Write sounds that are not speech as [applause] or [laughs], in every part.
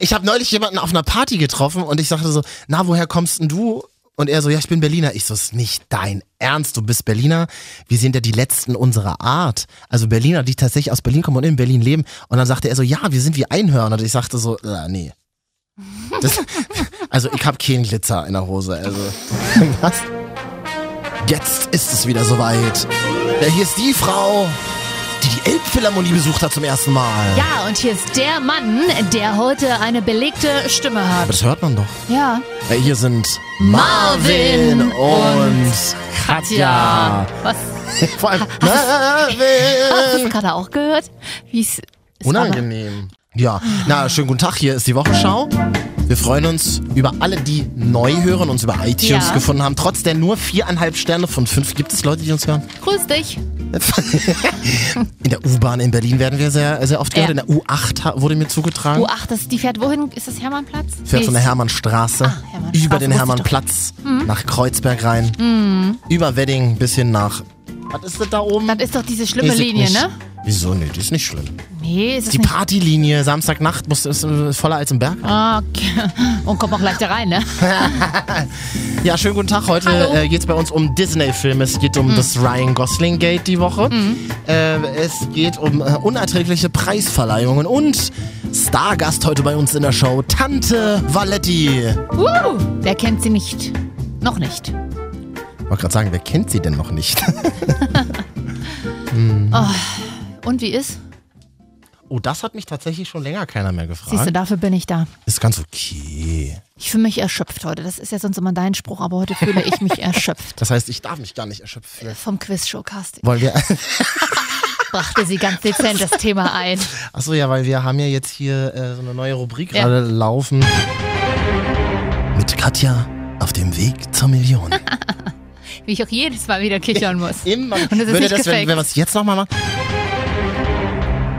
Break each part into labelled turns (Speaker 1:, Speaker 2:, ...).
Speaker 1: Ich habe neulich jemanden auf einer Party getroffen und ich sagte so, na, woher kommst denn du? Und er so, ja, ich bin Berliner. Ich so, ist nicht dein Ernst, du bist Berliner. Wir sind ja die Letzten unserer Art. Also Berliner, die tatsächlich aus Berlin kommen und in Berlin leben. Und dann sagte er so, ja, wir sind wie Einhörner. Und ich sagte so, äh, nee. Das, [laughs] also ich habe keinen Glitzer in der Hose. Also, [laughs] was? Jetzt ist es wieder soweit. Ja, hier ist die Frau, die die Elbphilharmonie besucht hat zum ersten Mal.
Speaker 2: Ja, und hier ist der Mann, der heute eine belegte Stimme
Speaker 1: Aber
Speaker 2: hat.
Speaker 1: das hört man doch.
Speaker 2: Ja.
Speaker 1: Ja, Hier sind
Speaker 2: Marvin
Speaker 1: Marvin und Katja.
Speaker 2: [laughs] Was?
Speaker 1: Vor allem Marvin.
Speaker 2: Hast du es gerade auch gehört? Wie's es
Speaker 1: Äh. Unangenehm. Ja, na, schönen guten Tag. Hier ist die Wochenschau. Wir freuen uns über alle, die neu hören, uns über iTunes
Speaker 2: Ja.
Speaker 1: gefunden haben. Trotz der nur viereinhalb Sterne von fünf gibt es Leute, die uns hören.
Speaker 2: War, grüß dich.
Speaker 1: In der U-Bahn in Berlin werden wir sehr, sehr oft gehört.
Speaker 2: Ja.
Speaker 1: In der U8 ha- wurde mir zugetragen.
Speaker 2: Du achtest, die fährt wohin? Ist das Hermannplatz?
Speaker 1: Hm? Fährt
Speaker 2: Nee,
Speaker 1: von der Hermannstraße
Speaker 2: Ah, Hermannstraße,
Speaker 1: über den
Speaker 2: wusste ich Mhm.
Speaker 1: Hermannplatz nach Kreuzberg rein, über Wedding bis hin nach. Was ist das da oben?
Speaker 2: Das ist doch diese schlimme
Speaker 1: Ist es
Speaker 2: Linie,
Speaker 1: nicht-
Speaker 2: ne?
Speaker 1: Wieso? Nee, die ist nicht schlimm.
Speaker 2: Nee, ist es
Speaker 1: Die
Speaker 2: nicht.
Speaker 1: Partylinie Samstagnacht muss, ist äh, voller als im Berg.
Speaker 2: Ah, okay. [laughs] Und kommt auch leichter rein, ne?
Speaker 1: Ja, schönen guten Tag. Heute
Speaker 2: Hallo. Mhm.
Speaker 1: äh, geht es bei uns um Disney-Filme. Es geht um das Ryan Gosling Gate die Woche. Ähm, es geht um äh, unerträgliche Preisverleihungen und Stargast heute bei uns in der Show, Tante Valetti.
Speaker 2: Uh, wer kennt sie nicht? Noch nicht.
Speaker 1: Ich wollte gerade sagen, wer kennt sie denn noch nicht? [laughs]
Speaker 2: Und wie ist?
Speaker 1: oh, das hat mich tatsächlich schon länger keiner mehr
Speaker 2: Siehst du,
Speaker 1: gefragt.
Speaker 2: dafür bin ich da.
Speaker 1: Ist ganz okay.
Speaker 2: Ich fühle mich erschöpft heute. Das ist ja sonst immer dein Spruch, aber heute fühle ich
Speaker 1: [laughs]
Speaker 2: mich erschöpft.
Speaker 1: Das heißt, ich darf mich gar nicht erschöpft fühlen.
Speaker 2: Vom Quizshow Casting
Speaker 1: Wollen wir.
Speaker 2: brachte sie ganz dezent das Thema ein.
Speaker 1: Achso, ja, weil wir haben ja jetzt hier äh, so eine neue Rubrik
Speaker 2: Ja.
Speaker 1: gerade laufen. Mit Katja auf dem Weg zur Million.
Speaker 2: Wie ich auch jedes Mal wieder kichern muss.
Speaker 1: [laughs] Immer.
Speaker 2: Und das ist
Speaker 1: Würde
Speaker 2: nicht
Speaker 1: das, wenn,
Speaker 2: gefaked.
Speaker 1: wenn wir es jetzt nochmal machen.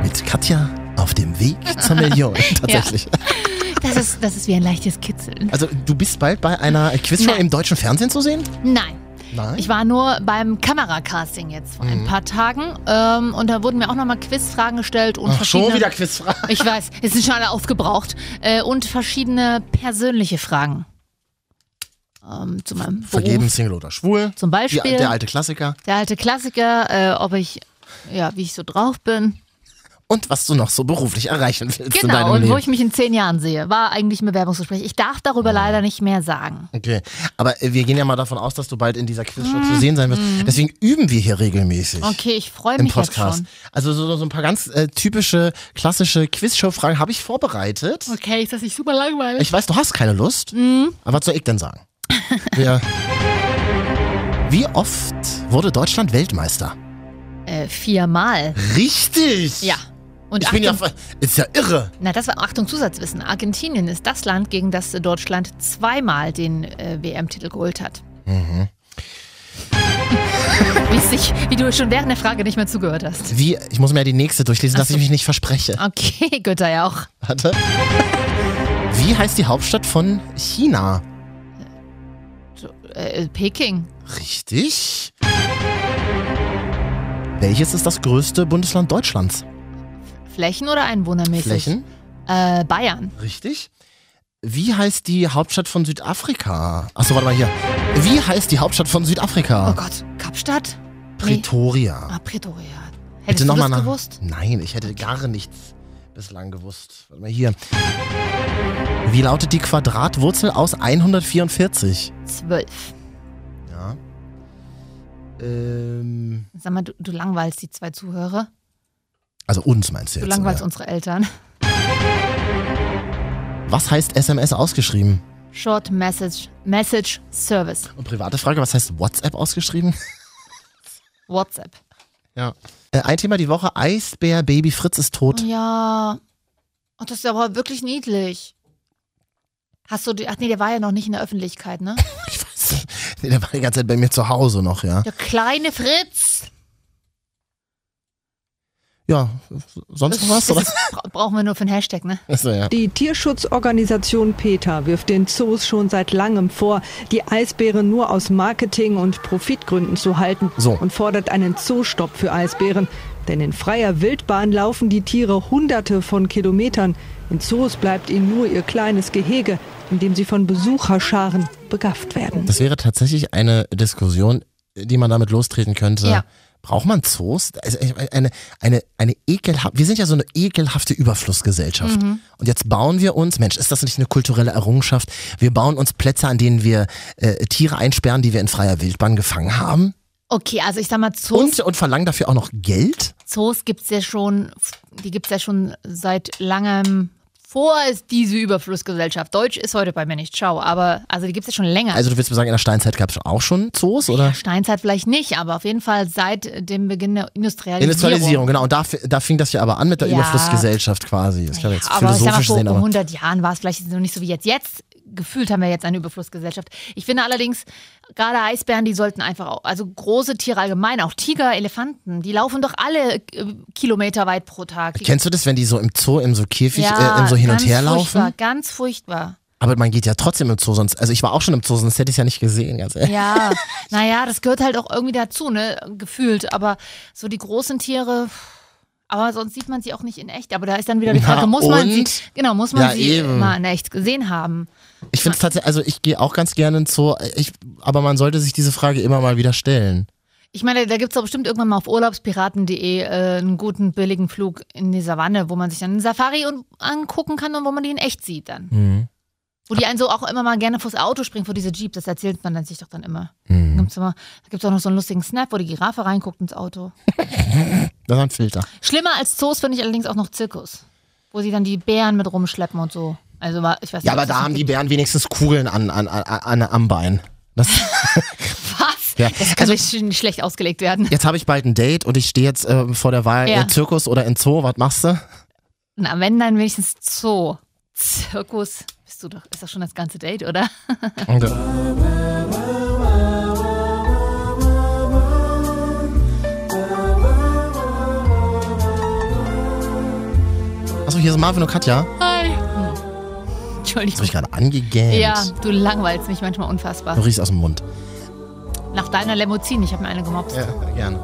Speaker 1: Mit Katja auf dem Weg zur
Speaker 2: [laughs]
Speaker 1: Million. Tatsächlich.
Speaker 2: Das ist, das ist wie ein leichtes Kitzeln.
Speaker 1: Also, du bist bald bei einer Quizshow
Speaker 2: Nein.
Speaker 1: im deutschen Fernsehen zu sehen?
Speaker 2: Nein.
Speaker 1: Nein.
Speaker 2: Ich war nur beim Kameracasting jetzt vor
Speaker 1: Mhm.
Speaker 2: ein paar Tagen ähm, und da wurden mir auch nochmal Quizfragen gestellt und
Speaker 1: Ach,
Speaker 2: verschiedene.
Speaker 1: schon wieder Quizfrage.
Speaker 2: Ich weiß, es sind schon alle aufgebraucht äh, und verschiedene persönliche Fragen ähm, zu meinem Beruf.
Speaker 1: Vergeben, Single oder schwul.
Speaker 2: Zum Beispiel
Speaker 1: Die, der alte Klassiker.
Speaker 2: der alte Klassiker, äh, ob ich ja, wie ich so drauf bin.
Speaker 1: Und was du noch so beruflich erreichen willst in
Speaker 2: Genau,
Speaker 1: deinem
Speaker 2: und wo
Speaker 1: Leben. Ah.
Speaker 2: ich mich in zehn Jahren sehe, war eigentlich ein Bewerbungsgespräch. Ich darf darüber leider nicht mehr sagen.
Speaker 1: Okay, aber äh, wir gehen ja mal davon aus, dass du bald in dieser Quizshow zu sehen sein wirst. Deswegen üben wir hier regelmäßig
Speaker 2: Mhm. Okay, ich freue
Speaker 1: im
Speaker 2: mich jetzt
Speaker 1: Podcast.
Speaker 2: schon.
Speaker 1: Also so, so ein paar ganz äh, typische, klassische Quizshow-Fragen habe ich vorbereitet.
Speaker 2: Okay, Mhm. ist das nicht super langweilig?
Speaker 1: Ich weiß, du hast keine Lust, aber was soll ich denn
Speaker 2: [laughs]
Speaker 1: sagen? ja. Wie oft wurde Deutschland Weltmeister?
Speaker 2: Äh, viermal.
Speaker 1: Richtig!
Speaker 2: Ja. Und
Speaker 1: Ich bin ja,
Speaker 2: Achtung-
Speaker 1: ver- ist ja irre.
Speaker 2: Na, das war Achtung Zusatzwissen. Argentinien ist das Land, gegen das Deutschland zweimal den äh, WM-Titel geholt hat. Mhm. [laughs] wie, sich, wie du schon während der Frage nicht mehr zugehört hast.
Speaker 1: Wie, ich muss mir ja die nächste durchlesen, dass ich mich nicht verspreche.
Speaker 2: Okay, [laughs] Götter ja auch.
Speaker 1: Warte. Wie heißt die Hauptstadt von China?
Speaker 2: So, äh, Peking.
Speaker 1: Richtig. Welches ist das größte Bundesland Deutschlands?
Speaker 2: Flächen oder einwohnermäßig?
Speaker 1: Flächen?
Speaker 2: Äh, Bayern.
Speaker 1: Richtig. Wie heißt die Hauptstadt von Südafrika? Achso, warte mal hier. Wie heißt die Hauptstadt von
Speaker 2: Oh
Speaker 1: Südafrika?
Speaker 2: Gott, Kapstadt? Nee.
Speaker 1: Pretoria.
Speaker 2: Ah, Pretoria.
Speaker 1: Bitte
Speaker 2: Hättest du
Speaker 1: noch mal
Speaker 2: das
Speaker 1: nach-
Speaker 2: gewusst?
Speaker 1: Nein, ich hätte gar nichts bislang gewusst. Warte mal hier. Wie lautet die Quadratwurzel aus 144?
Speaker 2: Zwölf.
Speaker 1: Ja. Ähm,
Speaker 2: Sag mal, du, du langweilst die zwei Zuhörer.
Speaker 1: also uns meinst du
Speaker 2: Du
Speaker 1: jetzt?
Speaker 2: langweilst
Speaker 1: oder?
Speaker 2: unsere Eltern.
Speaker 1: Was heißt SMS ausgeschrieben?
Speaker 2: Short Message, Message Service.
Speaker 1: Und private Frage, was heißt WhatsApp ausgeschrieben?
Speaker 2: WhatsApp.
Speaker 1: Ja. Mhm. Äh, ein Thema die Woche, Eisbär Baby Fritz ist tot.
Speaker 2: Ja. Oh, das ist aber wirklich niedlich. Hast du, die- ach nee, der war ja noch nicht in der Öffentlichkeit, ne?
Speaker 1: Ich weiß. Nee, der war die ganze Zeit bei mir zu Hause noch, ja.
Speaker 2: Der kleine [laughs] Fritz.
Speaker 1: Ja, sonst noch was? Oder? [laughs]
Speaker 2: Bra brauchen wir nur für einen Hashtag, ne?
Speaker 1: Also, ja.
Speaker 3: Die Tierschutzorganisation PETA wirft den Zoos schon seit langem vor, die Eisbären nur aus Marketing- und Profitgründen zu halten
Speaker 1: So.
Speaker 3: und fordert einen Zoostopp für Eisbären. Denn in freier Wildbahn laufen die Tiere hunderte von Kilometern. In Zoos bleibt ihnen nur ihr kleines Gehege, in dem sie von Besucherscharen begafft werden.
Speaker 1: Das wäre tatsächlich eine Diskussion, die man damit lostreten könnte.
Speaker 2: Ja.
Speaker 1: Braucht man Zoos? Also ich meine, Eine, eine, eine ekelhafte, wir sind ja so eine ekelhafte Überflussgesellschaft. Und jetzt bauen wir uns, Mensch, ist das nicht eine kulturelle Errungenschaft? Wir bauen uns Plätze, an denen wir äh, Tiere einsperren, die wir in freier Wildbahn gefangen haben.
Speaker 2: Okay, also ich sag mal, Zoos,
Speaker 1: Und, und verlangen dafür auch noch Geld?
Speaker 2: Zoos gibt's ja schon, die gibt's ja schon seit langem. Vor ist diese Überflussgesellschaft. Deutsch ist heute bei mir nicht. Schau, aber also die gibt's ja schon länger.
Speaker 1: Also du willst mir sagen, in der Steinzeit gab es auch schon Zoos, oder?
Speaker 2: Ja, Steinzeit vielleicht nicht, aber auf jeden Fall seit dem Beginn der Industrialisierung.
Speaker 1: Industrialisierung, genau. Und da, f- da fing das ja aber an mit der
Speaker 2: Ja.
Speaker 1: Überflussgesellschaft quasi. Das kann man jetzt
Speaker 2: aber ich sag mal,
Speaker 1: philosophisch
Speaker 2: vor
Speaker 1: sehen, aber
Speaker 2: 100 Jahren war es vielleicht noch nicht so wie jetzt. Jetzt gefühlt haben wir jetzt eine Überflussgesellschaft. Ich finde allerdings, gerade Eisbären, die sollten einfach, auch, also große Tiere allgemein, auch Tiger, Elefanten, die laufen doch alle äh, Kilometer weit pro Tag. Die-
Speaker 1: kennst du das, wenn die so im Zoo, im so Käfig, äh, im so hin und
Speaker 2: ganz
Speaker 1: her laufen?
Speaker 2: Furchtbar, ganz furchtbar.
Speaker 1: Aber man geht ja trotzdem im Zoo, sonst, also ich war auch schon im Zoo, sonst hätte ich es ja nicht gesehen, ganz ehrlich. [laughs]
Speaker 2: Ja, naja, das gehört halt auch irgendwie dazu, ne? Gefühlt. Aber so die großen Tiere. Aber sonst sieht man sie auch nicht in echt. Aber da ist dann wieder die
Speaker 1: Na
Speaker 2: Frage, muss man sie,
Speaker 1: und?
Speaker 2: genau, muss man
Speaker 1: Ja,
Speaker 2: sie
Speaker 1: eben.
Speaker 2: mal in echt gesehen haben?
Speaker 1: Ich finde es tatsächlich, also ich gehe auch ganz gerne ins Zoo, äh, ich, aber man sollte sich diese Frage immer mal wieder stellen.
Speaker 2: Ich meine, da gibt's doch bestimmt irgendwann mal auf urlaubspiraten.de äh, einen guten, billigen Flug in die Savanne, wo man sich dann einen Safari und angucken kann und wo man die in echt sieht dann.
Speaker 1: Mhm.
Speaker 2: Wo die einen so auch immer mal gerne vors Auto springen, vor diese Jeep, das erzählt man dann sich doch dann immer.
Speaker 1: Mhm.
Speaker 2: Da gibt's immer- da gibt's auch noch so einen lustigen Snap, wo die Giraffe reinguckt ins Auto.
Speaker 1: Das ist ein Filter.
Speaker 2: Schlimmer als Zoos finde ich allerdings auch noch Zirkus, wo sie dann die Bären mit rumschleppen und so. Also war- ich weiß nicht.
Speaker 1: Ja,
Speaker 2: ob
Speaker 1: aber
Speaker 2: das
Speaker 1: da
Speaker 2: noch
Speaker 1: haben die
Speaker 2: gibt.
Speaker 1: Bären wenigstens Kugeln an, an, an, an, am Bein. Das,
Speaker 2: Was?
Speaker 1: Ja,
Speaker 2: Das kann also, schlecht ausgelegt werden.
Speaker 1: jetzt habe ich bald ein Date und ich stehe jetzt ähm, vor der Wahl
Speaker 2: Ja.
Speaker 1: äh, Zirkus oder in Zoo, was machst du?
Speaker 2: Na, wenn dann wenigstens Zoo. Zirkus. Bist du doch, ist doch schon das ganze Date, oder?
Speaker 1: Okay. Achso, hier sind Marvin und Katja. Habe
Speaker 2: Hi. Hm. Entschuldigung.
Speaker 1: ich gerade angegähnt.
Speaker 2: Ja, du langweilst mich manchmal
Speaker 1: Du
Speaker 2: unfassbar.
Speaker 1: riechst aus dem Mund.
Speaker 2: Nach deiner Lemozin, ich habe mir eine gemobst.
Speaker 1: Ja, gerne.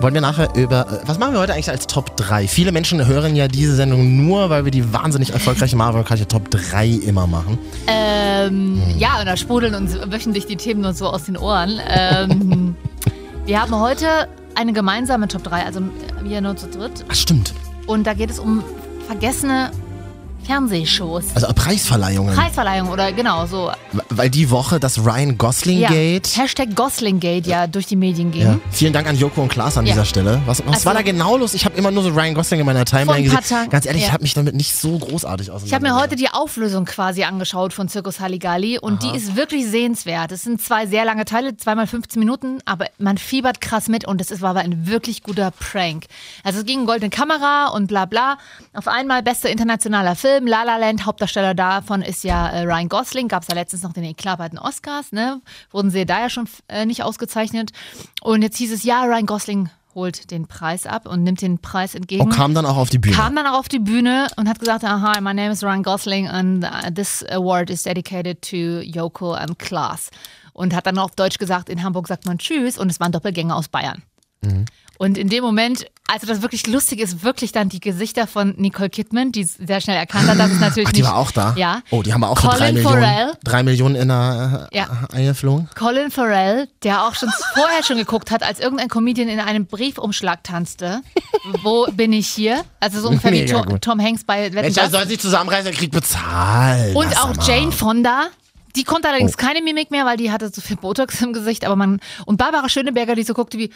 Speaker 1: Wollen wir nachher über. äh, Was machen wir heute eigentlich als Top 3? Viele Menschen hören ja diese Sendung nur, weil wir die wahnsinnig erfolgreiche Marvel und Katja Top 3 immer machen.
Speaker 2: Ähm,
Speaker 1: Hm.
Speaker 2: ja, und da sprudeln uns wöchentlich die Themen nur so aus den Ohren.
Speaker 1: [laughs]
Speaker 2: Ähm, wir haben heute eine gemeinsame Top 3, also wir nur zu dritt.
Speaker 1: Ach, stimmt.
Speaker 2: Und da geht es um vergessene Fernsehshows.
Speaker 1: Also äh, Preisverleihungen.
Speaker 2: Preisverleihung oder genau so.
Speaker 1: Weil die Woche das Ryan Gosling
Speaker 2: Ja.
Speaker 1: Gate.
Speaker 2: Hashtag Goslingate ja durch die Medien ging.
Speaker 1: Ja. Vielen Dank an Joko und Klaas an
Speaker 2: Mhm. Ja.
Speaker 1: dieser Stelle. Was, was
Speaker 2: Also-
Speaker 1: war da genau los? Ich habe immer nur so Ryan Gosling in meiner Timeline
Speaker 2: Vor ein paar
Speaker 1: gesehen.
Speaker 2: Tagen-
Speaker 1: Ganz ehrlich,
Speaker 2: ja.
Speaker 1: ich habe mich damit nicht so großartig auseinandergesetzt.
Speaker 2: Ich habe mir heute die Auflösung quasi angeschaut von Zirkus Halligalli und die ist wirklich sehenswert. Es sind zwei sehr lange Teile, zweimal 15 Minuten, aber man fiebert krass mit und es war aber ein wirklich guter Prank. Also es ging um goldene Kamera und bla bla. Auf einmal bester internationaler Film, La La Land, Hauptdarsteller davon ist ja äh, Ryan Gosling, gab es ja letztens noch den Eklat bei den Oscars, ne? Wurden sie da ja schon äh, nicht ausgezeichnet. Und jetzt hieß es, ja, Ryan Gosling holt den Preis ab und nimmt den Preis entgegen
Speaker 1: Und Oh, kam dann auch auf die Bühne.
Speaker 2: kam dann auch auf die Bühne und hat gesagt, aha, my name is Ryan Gosling and uh, this award is dedicated to Joko and Klaas. Und hat dann auf Deutsch gesagt, in Hamburg sagt man Tschüss und es waren Doppelgänger aus Bayern.
Speaker 1: Mhm.
Speaker 2: Und in dem Moment, also das wirklich lustig ist, wirklich dann die Gesichter von Nicole Kidman, die sehr schnell erkannt hat, dass es natürlich
Speaker 1: Ach, die
Speaker 2: nicht,
Speaker 1: war auch da?
Speaker 2: Ja.
Speaker 1: Oh, die haben wir auch für
Speaker 2: Colin
Speaker 1: drei
Speaker 2: Farrell.
Speaker 1: Millionen, drei Millionen in der äh,
Speaker 2: Ja.
Speaker 1: eingeflogen.
Speaker 2: Colin Farrell, der auch schon [laughs] vorher schon geguckt hat, als irgendein Comedian in einem
Speaker 1: [laughs]
Speaker 2: Briefumschlag tanzte. Wo bin ich hier? Also so ungefähr wie
Speaker 1: Mega
Speaker 2: Tom,
Speaker 1: gut.
Speaker 2: Tom Hanks bei Wetten,
Speaker 1: Mensch, er
Speaker 2: dass?
Speaker 1: soll sich zusammenreißen, er kriegt bezahlt.
Speaker 2: Und
Speaker 1: Lass
Speaker 2: auch
Speaker 1: mal. Oh.
Speaker 2: Jane Fonda. Die konnte allerdings keine Mimik mehr, weil die hatte so viel Botox im Gesicht. Aber man und Barbara Schöneberger, die so guckte wie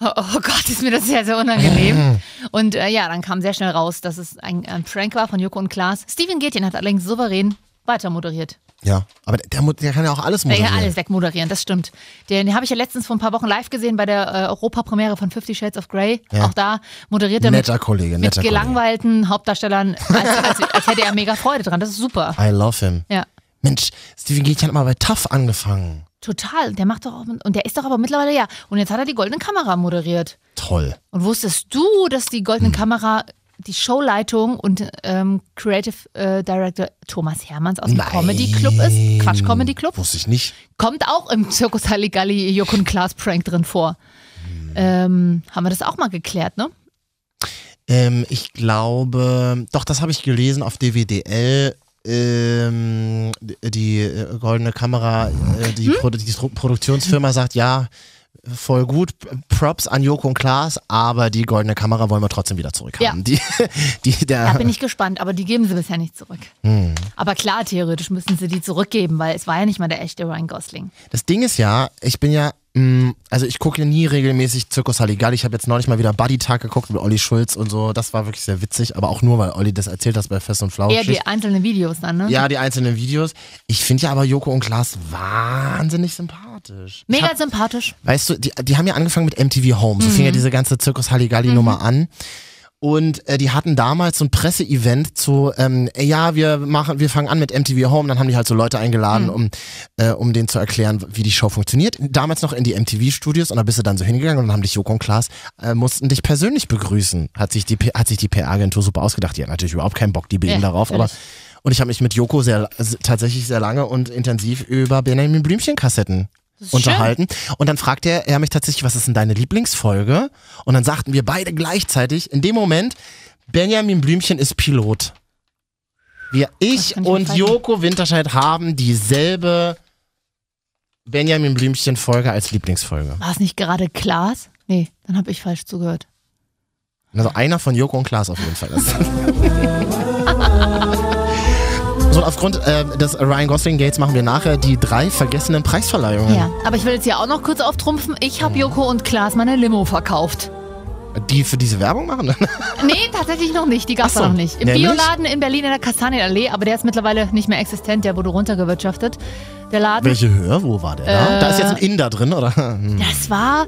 Speaker 2: oh, oh Gott, ist mir das sehr
Speaker 1: [laughs]
Speaker 2: sehr unangenehm. und äh, ja, dann kam sehr schnell raus, dass es ein, ein Prank war von Joko und Klaas. Steven Gätjen hat allerdings souverän weiter moderiert.
Speaker 1: Ja, aber der, der, mu- der kann ja auch alles
Speaker 2: Der
Speaker 1: moderieren.
Speaker 2: kann alles wegmoderieren, das stimmt. Den, den habe ich ja letztens vor ein paar Wochen live gesehen bei der äh, Europapremiere von Fifty Shades of Grey.
Speaker 1: Ja.
Speaker 2: Auch da moderiert er
Speaker 1: Netter
Speaker 2: mit,
Speaker 1: Kollege,
Speaker 2: mit
Speaker 1: netter Kollege.
Speaker 2: gelangweilten Hauptdarstellern, als, als, als hätte er mega Freude dran. Das ist super.
Speaker 1: I love him.
Speaker 2: Ja.
Speaker 1: Mensch, Steven Gätchen hat mal bei Tough angefangen.
Speaker 2: Total, der macht doch auch, und der ist doch aber mittlerweile ja. Und jetzt hat er die Goldene Kamera moderiert.
Speaker 1: Toll.
Speaker 2: Und wusstest du, dass die
Speaker 1: Hm.
Speaker 2: Goldene Kamera die Showleitung und ähm, Creative äh, Director Thomas Hermanns aus dem
Speaker 1: Nein.
Speaker 2: Comedy Club ist? Quatsch Comedy Club?
Speaker 1: Wusste ich nicht.
Speaker 2: Kommt auch im Zirkus Halligalli Joko und Klaas Prank drin vor.
Speaker 1: Hm.
Speaker 2: Ähm, haben wir das auch mal geklärt, ne?
Speaker 1: Ähm, ich glaube, doch, das habe ich gelesen auf DWDL. Ähm, die äh, goldene Kamera, äh,
Speaker 2: Hm?
Speaker 1: die, Produ- die Stru- Produktionsfirma sagt, ja, voll gut, P- Props an Joko und Klaas, aber die goldene Kamera wollen wir trotzdem wieder zurückhaben.
Speaker 2: Ja.
Speaker 1: Die, [laughs] die,
Speaker 2: Da
Speaker 1: der, [laughs]
Speaker 2: bin ich gespannt, aber die geben sie bisher nicht zurück.
Speaker 1: Hm.
Speaker 2: Aber klar, theoretisch müssen sie die zurückgeben, weil es war ja nicht mal der echte Ryan Gosling.
Speaker 1: das Ding ist ja, ich bin ja, mh, also ich gucke ja nie regelmäßig Zirkus Halligalli. Ich habe jetzt neulich mal wieder Buddy-Tag geguckt mit Olli Schulz und so. Das war wirklich sehr witzig, aber auch nur, weil Olli das erzählt hat bei Fest und
Speaker 2: Eher
Speaker 1: Flauschig.
Speaker 2: die einzelnen Videos dann, ne?
Speaker 1: Ja, die einzelnen Videos. Ich finde ja aber Joko und Klaas wahnsinnig sympathisch. Ich
Speaker 2: Mega
Speaker 1: hab,
Speaker 2: sympathisch.
Speaker 1: weißt du, die, die haben ja angefangen mit MTV Home. So fing
Speaker 2: Mhm.
Speaker 1: ja diese ganze Zirkus Halligalli-Nummer an. Und äh, die hatten damals so ein Presseevent zu, ähm, ey, ja, wir machen, wir fangen an mit MTV Home. Dann haben die halt so Leute eingeladen,
Speaker 2: Mhm.
Speaker 1: um, äh, um denen zu erklären, wie die Show funktioniert. Damals noch in die MTV-Studios und da bist du dann so hingegangen und dann haben dich Joko und Klaas äh, mussten dich persönlich begrüßen. Hat sich die, P- hat sich die PR-Agentur super ausgedacht. Die hat natürlich überhaupt keinen Bock, die Bilder
Speaker 2: Ja,
Speaker 1: darauf, aber
Speaker 2: natürlich.
Speaker 1: und ich habe mich mit Joko sehr, also tatsächlich sehr lange und intensiv über Benjamin Blümchen-Kassetten
Speaker 2: ist
Speaker 1: unterhalten. Und dann fragte er, er mich tatsächlich, was ist denn deine Lieblingsfolge? Und dann sagten wir beide gleichzeitig, in dem Moment, Benjamin Blümchen ist Pilot. Wir, ich
Speaker 2: kann ich mir
Speaker 1: und
Speaker 2: vorstellen.
Speaker 1: Joko Winterscheid haben dieselbe Benjamin Blümchen-Folge als Lieblingsfolge.
Speaker 2: War es nicht gerade Klaas? Nee, dann habe ich falsch zugehört.
Speaker 1: Also einer von Joko und Klaas auf jeden Fall. [laughs] Das so, und aufgrund äh, des Ryan Gosling Gates machen wir nachher die drei vergessenen Preisverleihungen.
Speaker 2: Ja, aber ich will jetzt hier auch noch kurz auftrumpfen. Ich habe Joko und Klaas meine Limo verkauft.
Speaker 1: Die für diese Werbung machen?
Speaker 2: Nee, tatsächlich noch nicht. Die gab es
Speaker 1: Ach so,
Speaker 2: noch nicht. Im
Speaker 1: nämlich?
Speaker 2: Bioladen in Berlin in der Kastanienallee, aber der ist mittlerweile nicht mehr existent. Der wurde runtergewirtschaftet. Der Laden.
Speaker 1: Welche Höhe? Wo war der? da? Da ist jetzt ein Inder drin, oder? Hm.
Speaker 2: Das war,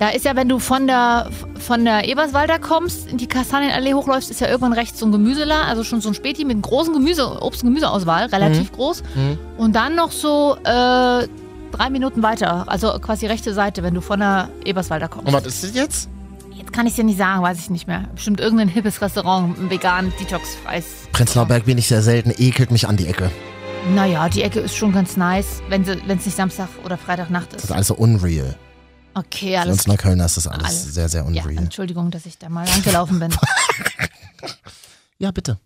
Speaker 2: da ist ja, wenn du von der, von der Eberswalder kommst, in die Kastanienallee hochläufst, ist ja irgendwann rechts so ein Gemüseladen, also schon so ein Späti mit großen Gemüse, Obst- und Gemüseauswahl,
Speaker 1: Mhm.
Speaker 2: relativ groß. Und dann noch so äh, drei Minuten weiter, also quasi rechte Seite, wenn du von der Eberswalder kommst.
Speaker 1: Und was ist das jetzt?
Speaker 2: Jetzt kann ich dir nicht sagen, weiß ich nicht mehr. Bestimmt irgendein hippes Restaurant, ein vegan, detoxfreies.
Speaker 1: Prenzlauer Berg bin ich sehr selten, ekelt mich an die Ecke.
Speaker 2: Naja, die Ecke ist schon ganz nice, wenn es nicht Samstag oder Freitagnacht
Speaker 1: Das
Speaker 2: ist.
Speaker 1: ist alles so unreal.
Speaker 2: Okay,
Speaker 1: Für
Speaker 2: alles
Speaker 1: uns Neuköllner ist das alles,
Speaker 2: Alles.
Speaker 1: sehr, sehr
Speaker 2: Ja,
Speaker 1: unreal. Ja,
Speaker 2: Entschuldigung, dass ich da mal angelaufen bin.
Speaker 1: bitte.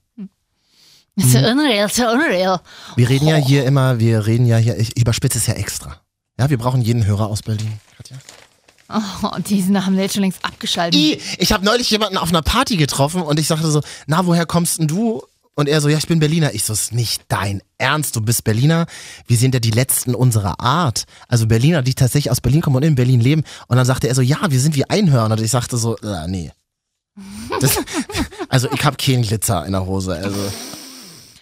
Speaker 2: Ist
Speaker 1: Mhm.
Speaker 2: ja unreal, ist ja unreal.
Speaker 1: Wir reden ja hier immer, wir reden ja hier, ich überspitze es ja extra. Ja, wir brauchen jeden Hörer aus Berlin. Katja.
Speaker 2: Oh, diesen haben wir jetzt schon längst abgeschaltet.
Speaker 1: I, ich habe neulich jemanden auf einer Party getroffen und ich sagte so, na, woher kommst denn du? Und er so, ja, ich bin Berliner. Ich so, ist nicht dein Ernst, du bist Berliner. Wir sind ja die Letzten unserer Art. Also Berliner, die tatsächlich aus Berlin kommen und in Berlin leben. Und dann sagte er so, ja, wir sind wie Einhörner. Und ich sagte so, äh, nee.
Speaker 2: [laughs]
Speaker 1: Das, also ich habe keinen Glitzer in der Hose. Also.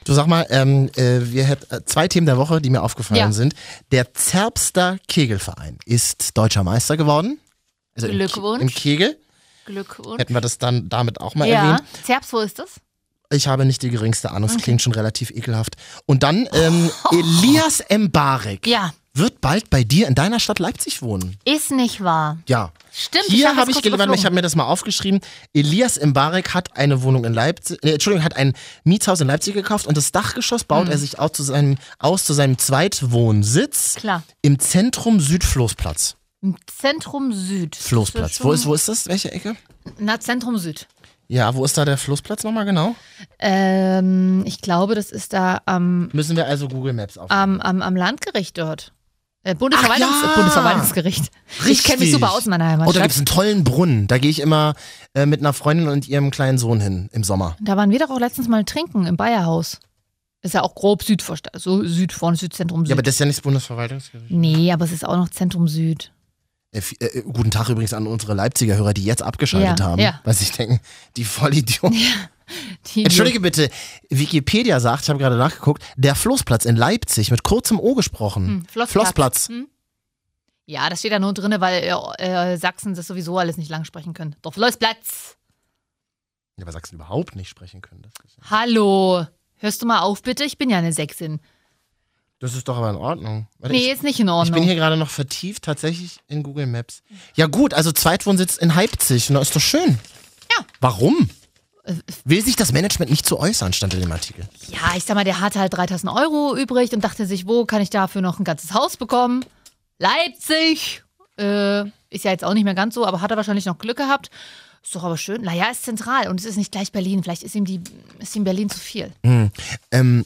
Speaker 1: Du sag mal, ähm, äh, wir hätten äh, zwei Themen der Woche, die mir aufgefallen
Speaker 2: Ja.
Speaker 1: sind. Der Zerbster Kegelverein ist deutscher Meister geworden. Also im Ke-
Speaker 2: Glückwunsch.
Speaker 1: Im Kegel.
Speaker 2: Glückwunsch.
Speaker 1: Hätten wir das dann damit auch mal
Speaker 2: Ja,
Speaker 1: erwähnt.
Speaker 2: Zerbs, wo ist das?
Speaker 1: Ich habe nicht die geringste Ahnung, es klingt schon relativ ekelhaft. Und dann
Speaker 2: [laughs]
Speaker 1: ähm, Elias Mbarek
Speaker 2: Ja,
Speaker 1: wird bald bei dir in deiner Stadt Leipzig wohnen.
Speaker 2: ist nicht wahr.
Speaker 1: Ja.
Speaker 2: Stimmt, ich
Speaker 1: Hier
Speaker 2: hab
Speaker 1: habe
Speaker 2: das
Speaker 1: ich
Speaker 2: kurz
Speaker 1: gelernt, ich
Speaker 2: überflogen.
Speaker 1: habe mir das mal aufgeschrieben. Elias Mbarek hat eine Wohnung in Leipzig, äh, Entschuldigung, hat ein Mietshaus in Leipzig gekauft und das Dachgeschoss baut
Speaker 2: Hm.
Speaker 1: er sich aus zu seinem, aus zu seinem Zweitwohnsitz
Speaker 2: Klar.
Speaker 1: im Zentrum Südfloßplatz.
Speaker 2: Im Zentrum Süd.
Speaker 1: Floßplatz.
Speaker 2: schon-
Speaker 1: Wo ist, wo ist das? Welche Ecke?
Speaker 2: Na, Zentrum Süd.
Speaker 1: Ja, wo ist da der Floßplatz nochmal genau?
Speaker 2: Ähm, ich glaube, das ist da am,
Speaker 1: Müssen wir also Google Maps auf.
Speaker 2: am, am, am Landgericht dort. Äh, Bundesverwaltungs
Speaker 1: Ach ja.
Speaker 2: Bundesverwaltungsgericht. Ich kenne mich
Speaker 1: Richtig.
Speaker 2: super aus in meiner
Speaker 1: Oh, da
Speaker 2: Heimatstadt.
Speaker 1: gibt's einen tollen Brunnen. Da gehe ich immer äh, mit einer Freundin und ihrem kleinen Sohn hin im Sommer.
Speaker 2: Da waren wir doch auch letztens mal trinken im Bayerhaus. Ist ja auch grob Südvorstadt, so Süd vorne, Südzentrum Süd.
Speaker 1: Ja, aber das ist ja nicht das Bundesverwaltungsgericht.
Speaker 2: nee, aber es ist auch noch Zentrum Süd.
Speaker 1: Äh, f- äh, guten Tag übrigens an unsere Leipziger Hörer, die jetzt abgeschaltet
Speaker 2: Ja,
Speaker 1: haben,
Speaker 2: ja.
Speaker 1: weil sie sich denken, die Vollidioten. [laughs]
Speaker 2: Die-
Speaker 1: Entschuldige bitte, Wikipedia sagt, ich habe gerade nachgeguckt, der Floßplatz in Leipzig mit kurzem O gesprochen.
Speaker 2: Hm, Flossplatz.
Speaker 1: Floßplatz.
Speaker 2: Hm? Ja, das steht da nur drin, weil äh, äh, Sachsen das sowieso alles nicht lang sprechen können. Doch Flossplatz.
Speaker 1: Ja, aber Sachsen überhaupt nicht sprechen können. Das ist, ja-
Speaker 2: Hallo. Hörst du mal auf, bitte? Ich bin ja eine Sächsin.
Speaker 1: das ist doch aber in Ordnung. Warte,
Speaker 2: Nee,
Speaker 1: ich,
Speaker 2: ist nicht in
Speaker 1: ich bin
Speaker 2: Ordnung.
Speaker 1: hier gerade noch vertieft tatsächlich in Google Maps. Ja gut, also Zweitwohnsitz in Leipzig, na ist doch schön.
Speaker 2: Ja.
Speaker 1: Warum?
Speaker 2: Äh,
Speaker 1: Will sich das Management nicht zu äußern, stand in dem Artikel.
Speaker 2: Ja, ich sag mal, der hatte halt 3000 Euro übrig und dachte sich, wo kann ich dafür noch ein ganzes Haus bekommen? Leipzig. Äh, Ist ja jetzt auch nicht mehr ganz so, aber hat er wahrscheinlich noch Glück gehabt. Ist doch aber schön. Naja, ist zentral und es ist nicht gleich Berlin. Vielleicht ist ihm, die, ist ihm Berlin zu viel.
Speaker 1: Ähm,